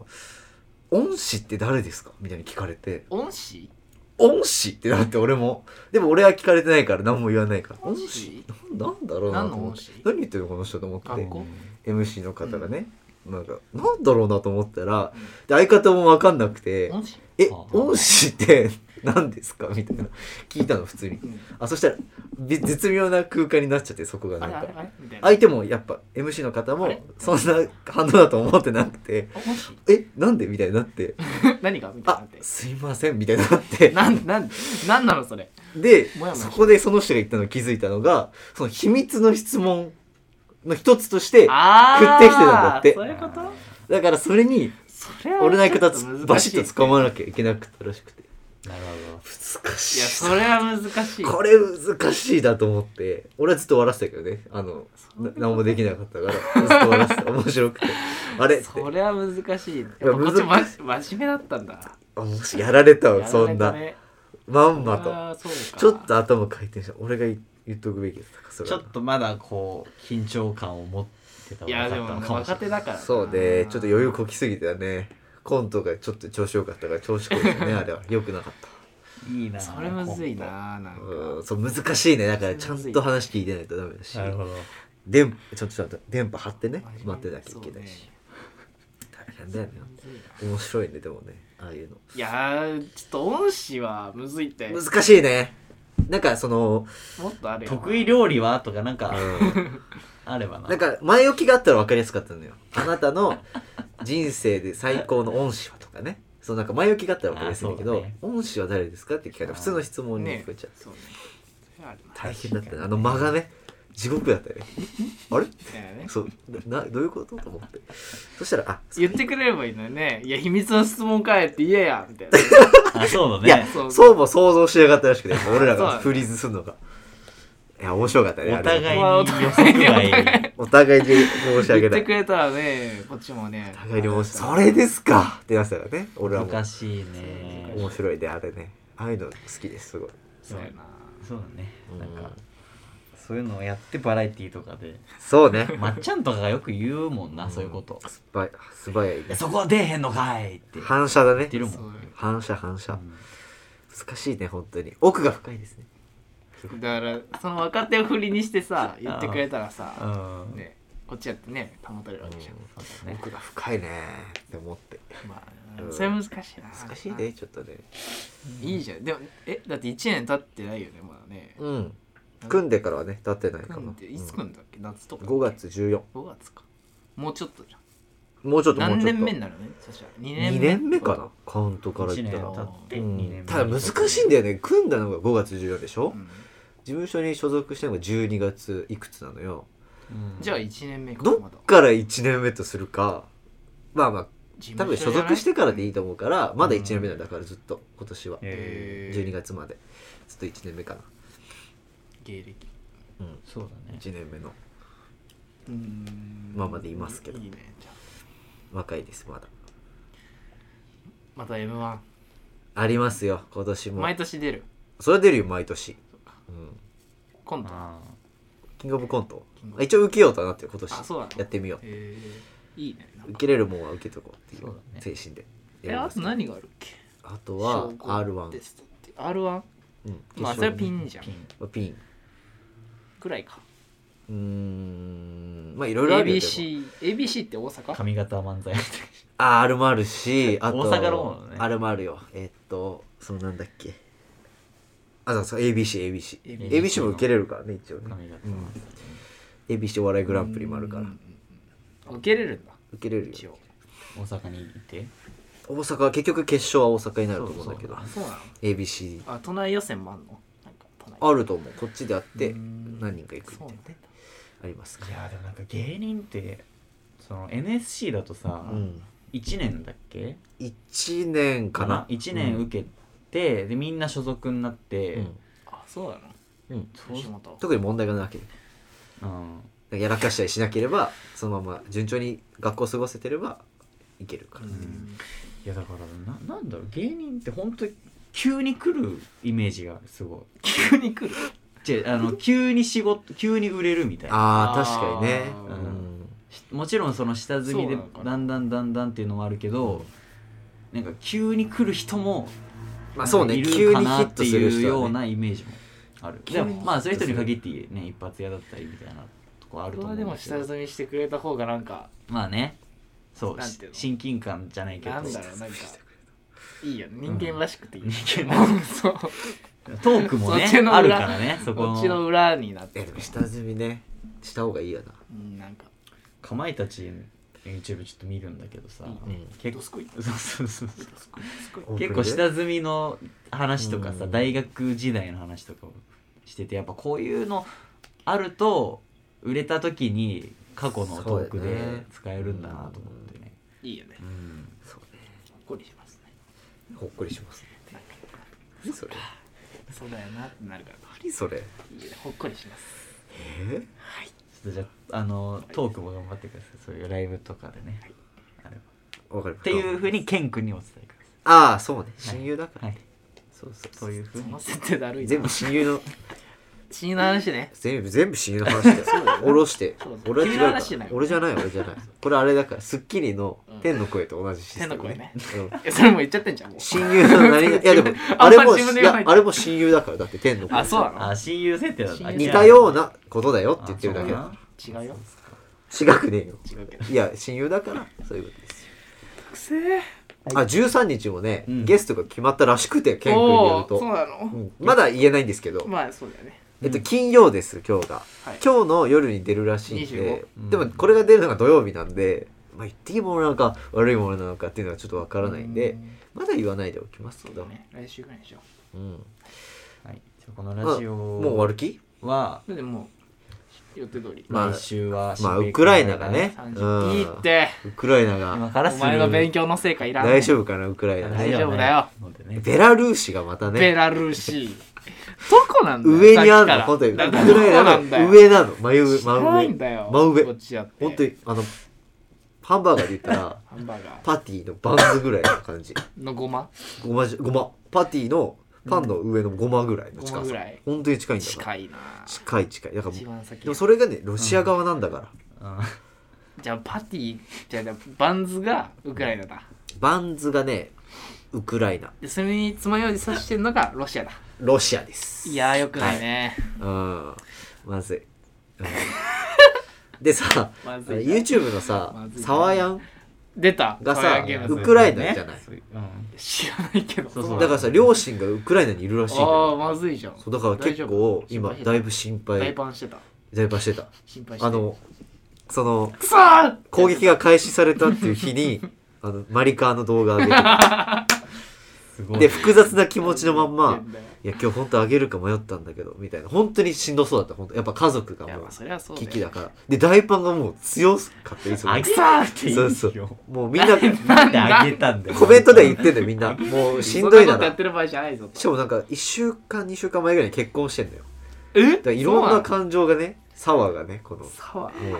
Speaker 1: 恩師って誰ですかみたいに聞かれて
Speaker 2: 恩師
Speaker 1: 恩師ってなって俺もでも俺は聞かれてないから何も言わないから
Speaker 2: 恩
Speaker 1: 恩
Speaker 2: 師
Speaker 1: 師なんなんだろうなと
Speaker 2: 何の
Speaker 1: 思っ
Speaker 2: 恩
Speaker 1: て
Speaker 2: 師
Speaker 1: 何言ってるのこの人と思って
Speaker 2: 学校
Speaker 1: MC の方がね、なんかなんだろうなと思ったらで相方も分かんなくて
Speaker 2: 恩師
Speaker 1: 「え
Speaker 3: あ
Speaker 1: 恩師って何ですか?」 みたいな聞いたの普通に
Speaker 2: うん
Speaker 1: あそしたらび絶妙な空間になっちゃってそこが
Speaker 2: あ
Speaker 1: なん
Speaker 2: れあれ
Speaker 1: か
Speaker 2: あれみたいな
Speaker 1: 相手もやっぱ MC の方
Speaker 2: あ
Speaker 1: も
Speaker 2: れ
Speaker 1: そんな反応だと思ってなくて
Speaker 2: あ 恩師
Speaker 1: 「えなんで?」みたいになって
Speaker 2: 何が
Speaker 1: 「
Speaker 2: みたいにな
Speaker 1: あ
Speaker 2: って
Speaker 1: すいません」みたいになって
Speaker 2: なんなんなんなのそれ
Speaker 1: で
Speaker 2: もやもや
Speaker 1: そこでその人が言ったのを気づいたのがその秘密の質問の一つとして
Speaker 2: あー
Speaker 1: 食ってきてたんだって
Speaker 2: そういうこと
Speaker 1: だからそれに
Speaker 2: それは
Speaker 1: 俺の相
Speaker 2: ちょ
Speaker 1: 方
Speaker 2: っと難しい
Speaker 1: バシッと掴まなきゃいけなくったらしくて
Speaker 3: なるほ
Speaker 1: 難し
Speaker 2: いやそれは難しい
Speaker 1: これ難しいだと思って俺はずっと笑ってたけどねあの
Speaker 2: ういう
Speaker 1: な
Speaker 2: こと
Speaker 1: 何もできなかったからずっと笑ってた面白くてあれって
Speaker 2: それは難しいやっぱ
Speaker 1: いや
Speaker 2: こっちま真面目だったんだ
Speaker 1: あもしやられたわ
Speaker 2: や
Speaker 1: そん
Speaker 2: られ
Speaker 1: な
Speaker 2: たね
Speaker 1: まんま
Speaker 2: それ
Speaker 1: と
Speaker 2: はそうか
Speaker 1: ちょっと頭回転した俺が言言っとくべきだったかそ
Speaker 3: ど
Speaker 1: れ
Speaker 3: ちょ
Speaker 1: は
Speaker 3: っとまだこう緊張感を持ってた
Speaker 2: いやでも
Speaker 3: の
Speaker 2: ね
Speaker 3: かもし
Speaker 2: 若
Speaker 3: れ
Speaker 2: 手
Speaker 3: ない
Speaker 2: だからな
Speaker 1: そうでちょっと余裕こきすぎてたねコントがちょっと調子良かったから調子こいよねあれは良くなかった
Speaker 3: いいな
Speaker 2: それむずいななんか
Speaker 1: うんそう難しいねだからちゃんと話聞いてないとダメだし
Speaker 3: なるほど
Speaker 1: 電ちょっとちょっと電波張ってね
Speaker 2: 真面目
Speaker 1: 待ってなきゃいけないし、大変だよね
Speaker 2: むずいな
Speaker 1: 面白いねでもねああいうの
Speaker 2: いやーちょっと恩師はむずいっても
Speaker 1: 難しいねなんかその、
Speaker 2: っとあるよ
Speaker 3: 得意料理はとかなん
Speaker 1: う
Speaker 3: か
Speaker 1: ん、
Speaker 3: あれば な
Speaker 1: なん か前置きがあったら分かりやすかったのよあなたの人生で最高の恩師はとかねそうなんか前置きがあったら分かりやすいんだけ
Speaker 3: あ
Speaker 1: ど
Speaker 3: そうだね
Speaker 1: 恩師は誰ですかって聞かれた普通の質問に
Speaker 2: ね
Speaker 1: 聞こえちゃう、
Speaker 2: そうねそれはあるな
Speaker 1: 大変だったねあの間がね地獄だったよねあれ
Speaker 2: みたいなね
Speaker 1: そうななどういうことと思ってそしたらあ
Speaker 2: 言ってくれればいいのにねいや秘密の質問かえって言えやみたいな
Speaker 3: あそう
Speaker 1: い
Speaker 3: だ
Speaker 1: や
Speaker 3: ね、
Speaker 2: そ う
Speaker 1: そうも想像しやがったらしくて、俺ら
Speaker 2: そうな
Speaker 1: が
Speaker 2: んだ
Speaker 1: フリーズするのが。いや、面白かったね。
Speaker 3: お
Speaker 1: あ
Speaker 3: 互い
Speaker 1: れ
Speaker 3: に
Speaker 1: ね
Speaker 2: お
Speaker 3: 予
Speaker 2: 互
Speaker 1: お互
Speaker 2: いに
Speaker 3: 測外
Speaker 1: いに申し
Speaker 2: 言
Speaker 1: 訳
Speaker 2: っ
Speaker 1: な
Speaker 2: て
Speaker 1: い
Speaker 2: く。れたらねこっちもね
Speaker 1: お互いに申しそれですかってなってたからね、俺らも。
Speaker 3: 難しいね
Speaker 1: 面白いで、あれね。ああいうの好きです、すごい。
Speaker 2: そうやな
Speaker 3: そうだねなん
Speaker 1: う
Speaker 3: か
Speaker 1: ん
Speaker 3: そういうのをやってバラエティーとかで
Speaker 1: そうね。
Speaker 3: まっちゃんとかがよく言うもんな、
Speaker 1: うん
Speaker 3: そういうこと
Speaker 1: 素早い素早い
Speaker 3: いや
Speaker 1: ね。
Speaker 3: そこは出えへんのかいって言っ
Speaker 1: 反射だね
Speaker 3: て。るもん
Speaker 2: そう
Speaker 1: 反射、反射。
Speaker 3: う
Speaker 1: 難しいね、本当に。奥が深いですね。
Speaker 2: だからその若手を振りにしてさ言ってくれたらさ、
Speaker 3: んうん
Speaker 2: ね、こっちやってね保たれるわけじゃん、
Speaker 3: そうだね
Speaker 1: 奥が深いねって思って。
Speaker 2: まあ、
Speaker 1: うん
Speaker 2: それ難しいな
Speaker 1: 難しいね、ちょっとね。
Speaker 2: いいじゃんでもえだって1年経ってないよねまだね
Speaker 1: うん。組んでからはね、立ってないか
Speaker 2: 組。
Speaker 1: なん
Speaker 2: でいつ組んだっけ夏とか
Speaker 1: 5月14
Speaker 2: 5月かもうちょっとじゃん
Speaker 1: もうちょっともう
Speaker 2: 何
Speaker 1: ちょっと
Speaker 2: 年目になるねそしたら2
Speaker 1: 2
Speaker 2: 年目
Speaker 1: 年目かなカウントから言ったら
Speaker 2: 一年経っ
Speaker 1: う
Speaker 3: うんん二年目
Speaker 1: ただ難しいんだよね組んだのが5月14でしょ、
Speaker 2: うん
Speaker 1: 事務所に所属してるのが12月いくつなのよ
Speaker 3: うん
Speaker 2: じゃあ1年目か
Speaker 1: ど
Speaker 2: まだ
Speaker 1: っから1年目とするかまあまあ多分所属してからでいい
Speaker 2: い
Speaker 1: と思うからまだ1年目なんだだからずっと今年は
Speaker 3: え
Speaker 1: 12月までずっと1年目かな、
Speaker 2: 芸歴
Speaker 1: うん、
Speaker 3: ーそうだね
Speaker 1: 1年目の
Speaker 2: うーん
Speaker 1: まあまだいますけど
Speaker 2: いいねじゃあ
Speaker 1: 若いですまだ
Speaker 2: また m 1
Speaker 1: ありますよ今年も
Speaker 2: 毎年出る
Speaker 1: それは出るよ毎年、うん、
Speaker 2: コント
Speaker 3: あ
Speaker 1: キングオブコント
Speaker 2: キングオブ
Speaker 1: あ一応受けようとはなってる今年
Speaker 2: あそうなの
Speaker 1: やってみよう
Speaker 2: えー、いいねなん
Speaker 1: 受
Speaker 2: か
Speaker 1: けれるもんは受けとこうってい
Speaker 3: そううだね
Speaker 1: 精神で
Speaker 2: えあと何があるっけ
Speaker 1: あとは
Speaker 2: 小五
Speaker 1: R1
Speaker 2: テストって R1?
Speaker 1: うん
Speaker 2: まあ
Speaker 1: 決勝
Speaker 2: それはピンじゃ
Speaker 3: ー
Speaker 2: ん
Speaker 3: ピン
Speaker 1: まあピン
Speaker 2: くらいか
Speaker 1: うーんまあいろいろあるよでも
Speaker 2: ABC ABC って大阪
Speaker 3: 髪型漫才みたい
Speaker 1: ああるもあるしあと
Speaker 3: 大阪ローマのね
Speaker 1: あるもあるよえーっとそのなんだっけあそうそう ABCABC
Speaker 2: ABC
Speaker 1: ABC も受けれるからね一応
Speaker 3: な
Speaker 1: ね
Speaker 3: 髪型漫才
Speaker 1: ABC お笑いグランプリもあるから
Speaker 2: うんうんうん受けれるんだ
Speaker 1: 受けれる
Speaker 2: 一
Speaker 1: よ
Speaker 2: 応
Speaker 3: 大阪にいて
Speaker 1: 大阪は結局決勝は大阪になると思うんだけど
Speaker 2: あそうなの
Speaker 1: ABC
Speaker 2: あ都内予選もあんのなんか都内
Speaker 1: あると思うこっちであって
Speaker 2: うん
Speaker 1: 何人か行くみた
Speaker 2: そう
Speaker 1: い
Speaker 2: な
Speaker 1: なん
Speaker 2: だ
Speaker 1: ありますか
Speaker 3: いやでもなんか芸人ってその NSC だとさ、
Speaker 1: うん
Speaker 3: 1年だっけ
Speaker 1: 1年かな
Speaker 3: 1年受けて、でみんな所属になって、
Speaker 1: うん
Speaker 2: あそうなの
Speaker 1: うん
Speaker 3: そう
Speaker 2: 吉本
Speaker 1: 特に問題がないわけで
Speaker 3: うん
Speaker 1: やらかしたりしなければそのまま順調に学校過ごせてればいけるから、
Speaker 2: うん
Speaker 3: いやだからななんだろう芸人って本当に急に来るイメージがすごい
Speaker 2: 急に来る
Speaker 3: じゃあ の急に仕事急に売れるみたいな
Speaker 1: ああ
Speaker 2: あー
Speaker 1: 確かにね
Speaker 2: う
Speaker 1: うん
Speaker 3: もちろんその下積みで
Speaker 2: そうなのかな
Speaker 3: だんだんだんだんっていうのもあるけどなんか急に来る人も
Speaker 1: まあそうね
Speaker 3: い
Speaker 1: 急
Speaker 3: る
Speaker 1: に
Speaker 3: か
Speaker 1: ヒ
Speaker 3: なっ
Speaker 1: ッ
Speaker 3: て
Speaker 1: トする
Speaker 3: いう
Speaker 1: 人
Speaker 3: よ
Speaker 1: は
Speaker 3: う
Speaker 1: ね
Speaker 3: なイメージもある
Speaker 1: 急
Speaker 3: で
Speaker 1: に
Speaker 3: もまあそういう人に限ってね一発屋だったりみたいなとこあると
Speaker 2: ま
Speaker 3: 思
Speaker 2: あ
Speaker 3: う
Speaker 2: で
Speaker 3: ん
Speaker 2: も
Speaker 3: だけ
Speaker 2: 下
Speaker 3: ど
Speaker 2: 積みしてくれた方がなんか
Speaker 3: まあねそう
Speaker 2: なんていうの
Speaker 3: 親近感じゃないけど
Speaker 2: なんだろうなんかいいよね人間らしくていい、
Speaker 3: 人間ら
Speaker 2: 間そうこ
Speaker 3: トークもね
Speaker 2: そっちの裏
Speaker 3: あるからねそこ
Speaker 2: っちの裏になっ
Speaker 1: え
Speaker 2: て
Speaker 1: で
Speaker 2: る
Speaker 1: も下積みねした方がいいよな
Speaker 2: うんなんか
Speaker 3: かまいたち YouTube ちょっと見るんだけどさ
Speaker 2: いい
Speaker 1: ね
Speaker 3: 結
Speaker 2: どすこい
Speaker 3: 構そうそうそうそう
Speaker 2: どすこいどすこい
Speaker 1: オープンで
Speaker 3: 結構下積みの話とかさ、
Speaker 1: うん
Speaker 3: 大学時代の話とかをしててやっぱこういうのあると売れた時に過去のトーク
Speaker 1: そう
Speaker 3: で
Speaker 1: だよね
Speaker 3: 使えるんだなと思ってね
Speaker 2: いいよね
Speaker 3: うん
Speaker 1: そうね
Speaker 2: ほっこりしますね
Speaker 1: ほっこりしますね
Speaker 2: なんか
Speaker 1: 何それ
Speaker 2: そうだよなってなるから
Speaker 1: 何それ
Speaker 2: いいよねほっこりします
Speaker 1: え
Speaker 3: ちょっとじゃああのトークも頑張ってくださいそういうライブとかでね、あれば
Speaker 1: わかる
Speaker 3: っていうふうにケン君にお伝えく
Speaker 1: ああそうね親友だか
Speaker 3: だ
Speaker 1: ら
Speaker 3: さい、は
Speaker 1: ね
Speaker 3: い、
Speaker 1: そうそうそ
Speaker 3: そうういうふう
Speaker 2: そ
Speaker 3: に
Speaker 2: の設定だるいな
Speaker 1: 全部親友の
Speaker 2: 死因の話ね
Speaker 1: 全部全部死因の話だよ下ろして
Speaker 2: そうそう
Speaker 1: 俺は違うから
Speaker 2: 君の話じゃない
Speaker 1: 俺じゃない俺じゃないこれあれだから『スッキリ』の「天の声」と同じシステム、うん
Speaker 2: えそれもう言っちゃってんじゃんもう
Speaker 1: 親友の何 がいやでも
Speaker 2: あ
Speaker 1: あれも
Speaker 2: 自分
Speaker 1: い
Speaker 2: で言わな
Speaker 1: や
Speaker 2: いと
Speaker 1: あれも親友だからだって天の声
Speaker 2: あそうなの
Speaker 3: あ親友設定だった
Speaker 1: 似たようなことだよって言ってるだけ
Speaker 3: あ
Speaker 1: だ
Speaker 2: 違うよ
Speaker 1: 違くねえよ
Speaker 2: 違うけど
Speaker 1: いや親友だからそういうことですよ
Speaker 2: くせー
Speaker 1: あ13日もね、
Speaker 3: うん
Speaker 1: ゲストが決まったらしくてケン君による
Speaker 2: おーそう
Speaker 1: と、
Speaker 2: な
Speaker 1: う
Speaker 2: の
Speaker 1: んまだ言えないんですけど、
Speaker 2: まあそうだよね
Speaker 1: えっと、金曜です今日が、
Speaker 2: はい
Speaker 1: 今日の夜に出るらしいんで、
Speaker 3: 25
Speaker 1: でもこれが出るのが土曜日なんで、まあ、言っていいものなのか悪いものなのかっていうのはちょっとわからないんで、まだ言わないでおきますけ
Speaker 2: そう
Speaker 1: ど
Speaker 2: だ、ね来週ぐらいでしょ
Speaker 1: うん、
Speaker 3: はいじゃあこのラジオ
Speaker 1: もう終わる気
Speaker 3: は
Speaker 2: でもう予定通り
Speaker 1: まあ
Speaker 3: 来週は
Speaker 1: まあウクライナがね
Speaker 2: 30
Speaker 1: うん
Speaker 2: いいって
Speaker 1: ウクライナ
Speaker 3: 今
Speaker 1: が
Speaker 3: から
Speaker 2: お
Speaker 3: する
Speaker 2: 前の勉強の成果いらん
Speaker 1: 大丈夫かなウクライナ
Speaker 2: 大
Speaker 1: ね
Speaker 2: 丈夫だよ
Speaker 1: ベラルーシがまた
Speaker 2: ベ
Speaker 1: ね
Speaker 2: ラルーシどこなんだよ
Speaker 1: 上にあ
Speaker 2: さ
Speaker 1: る
Speaker 2: っきか
Speaker 1: の
Speaker 2: ら
Speaker 1: 本当にウク
Speaker 2: だ
Speaker 1: ラ
Speaker 2: からどこ
Speaker 1: イ
Speaker 2: な
Speaker 1: ナ
Speaker 2: んだよ
Speaker 1: の上なの真上
Speaker 2: 知らな
Speaker 1: 真
Speaker 2: い
Speaker 1: 上
Speaker 2: んだよ
Speaker 1: 真上
Speaker 2: こっちやって
Speaker 1: 本当にあのハンバーガーで言ったら
Speaker 2: ハンバーガ
Speaker 1: パティのバンズぐらいの感じ
Speaker 2: ーのごま
Speaker 1: ごまじごまパティのパンの上のごまぐらいの
Speaker 2: ご
Speaker 1: 近
Speaker 2: まぐ
Speaker 1: さ
Speaker 2: らい
Speaker 1: 本当に近いんだから
Speaker 2: 近いな
Speaker 1: 近い近いだから
Speaker 2: 一
Speaker 1: で
Speaker 2: 番先
Speaker 1: もそれがねロシア側なんだから、
Speaker 2: じゃあパティじゃあじゃあバンズがウクライナだ
Speaker 1: バンズがねウクライナ
Speaker 2: でそれに爪楊枝刺してるのがロシアだ
Speaker 1: ロシアです
Speaker 2: いやーよくないね、
Speaker 1: うんまずい、うんでさ
Speaker 2: まずいな
Speaker 1: YouTube のさ
Speaker 2: まずいな
Speaker 1: サワヤン
Speaker 2: 出た
Speaker 1: がさ
Speaker 2: サワヤンゲームズ
Speaker 1: ウクライナじゃない
Speaker 2: 知らないけど
Speaker 3: そうそう
Speaker 1: だからさ両親がウクライナにいるらしいんだ
Speaker 2: ああ
Speaker 1: よ
Speaker 2: まずいじゃん
Speaker 1: そうだから結構今
Speaker 2: 大丈夫
Speaker 1: だいぶ心
Speaker 2: 大
Speaker 1: 配
Speaker 2: パンしてた
Speaker 1: 大配してた
Speaker 2: 心配して
Speaker 1: あのその
Speaker 2: くそー
Speaker 1: 攻撃が開始されたっていう日 にあのマリカーの動画上げて
Speaker 3: すごい
Speaker 1: で複雑な気持ちのまん
Speaker 2: や
Speaker 1: ま
Speaker 2: ってんだよ
Speaker 1: 「いや今日本当あげるか迷ったんだけど」みたいな本当にしんどそうだった本当やっぱ家族が
Speaker 2: いや
Speaker 1: も
Speaker 2: まあ
Speaker 1: う
Speaker 2: それはそうだ
Speaker 1: 危
Speaker 2: よ
Speaker 1: 機だからで大パンがもう強かったりする
Speaker 3: あげたっていい
Speaker 1: そう
Speaker 3: です
Speaker 1: そう
Speaker 3: よ
Speaker 1: もうみんな
Speaker 3: なんであげたんだよ
Speaker 1: コメントでは言ってんだよみん なもうしんどい
Speaker 2: そ
Speaker 1: なん
Speaker 2: なこと
Speaker 1: ら
Speaker 2: やってる場合じゃないぞと
Speaker 1: しかもなんか1週間2週間前ぐらいに結婚してんだよ
Speaker 2: え
Speaker 1: だからいろん
Speaker 2: そう
Speaker 1: な
Speaker 2: の
Speaker 1: 感情がねサワがねこのも
Speaker 2: サワー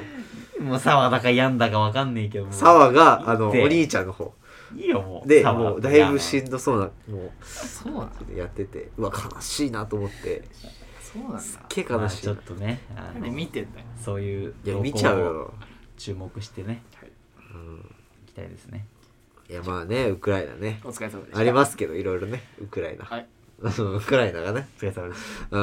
Speaker 1: う
Speaker 3: もうサワだか病んだかわかんねえけども
Speaker 1: サワがあのお
Speaker 3: いいって
Speaker 1: 兄ちゃんの方
Speaker 3: いいよもう
Speaker 1: で
Speaker 3: サワ
Speaker 1: もうだいぶしんどそうなもう
Speaker 2: そうなんだ
Speaker 1: やっててうわ悲しいなと思って
Speaker 2: そうなんだ
Speaker 1: すっげえ
Speaker 3: まあ
Speaker 1: 悲しい
Speaker 3: ちょっとねあ
Speaker 2: なんで
Speaker 3: の
Speaker 2: 見てんだよ
Speaker 3: そういう
Speaker 1: いや
Speaker 3: 動向を
Speaker 1: 見ちゃうよ、
Speaker 3: 注目してね
Speaker 1: うん、
Speaker 3: いきたいですね
Speaker 1: いやまあねウクライナね
Speaker 2: お疲れ様でした
Speaker 1: ありますけどいろいろねウクライナ、
Speaker 2: はい
Speaker 1: うんウクライナがね
Speaker 3: お疲れ様です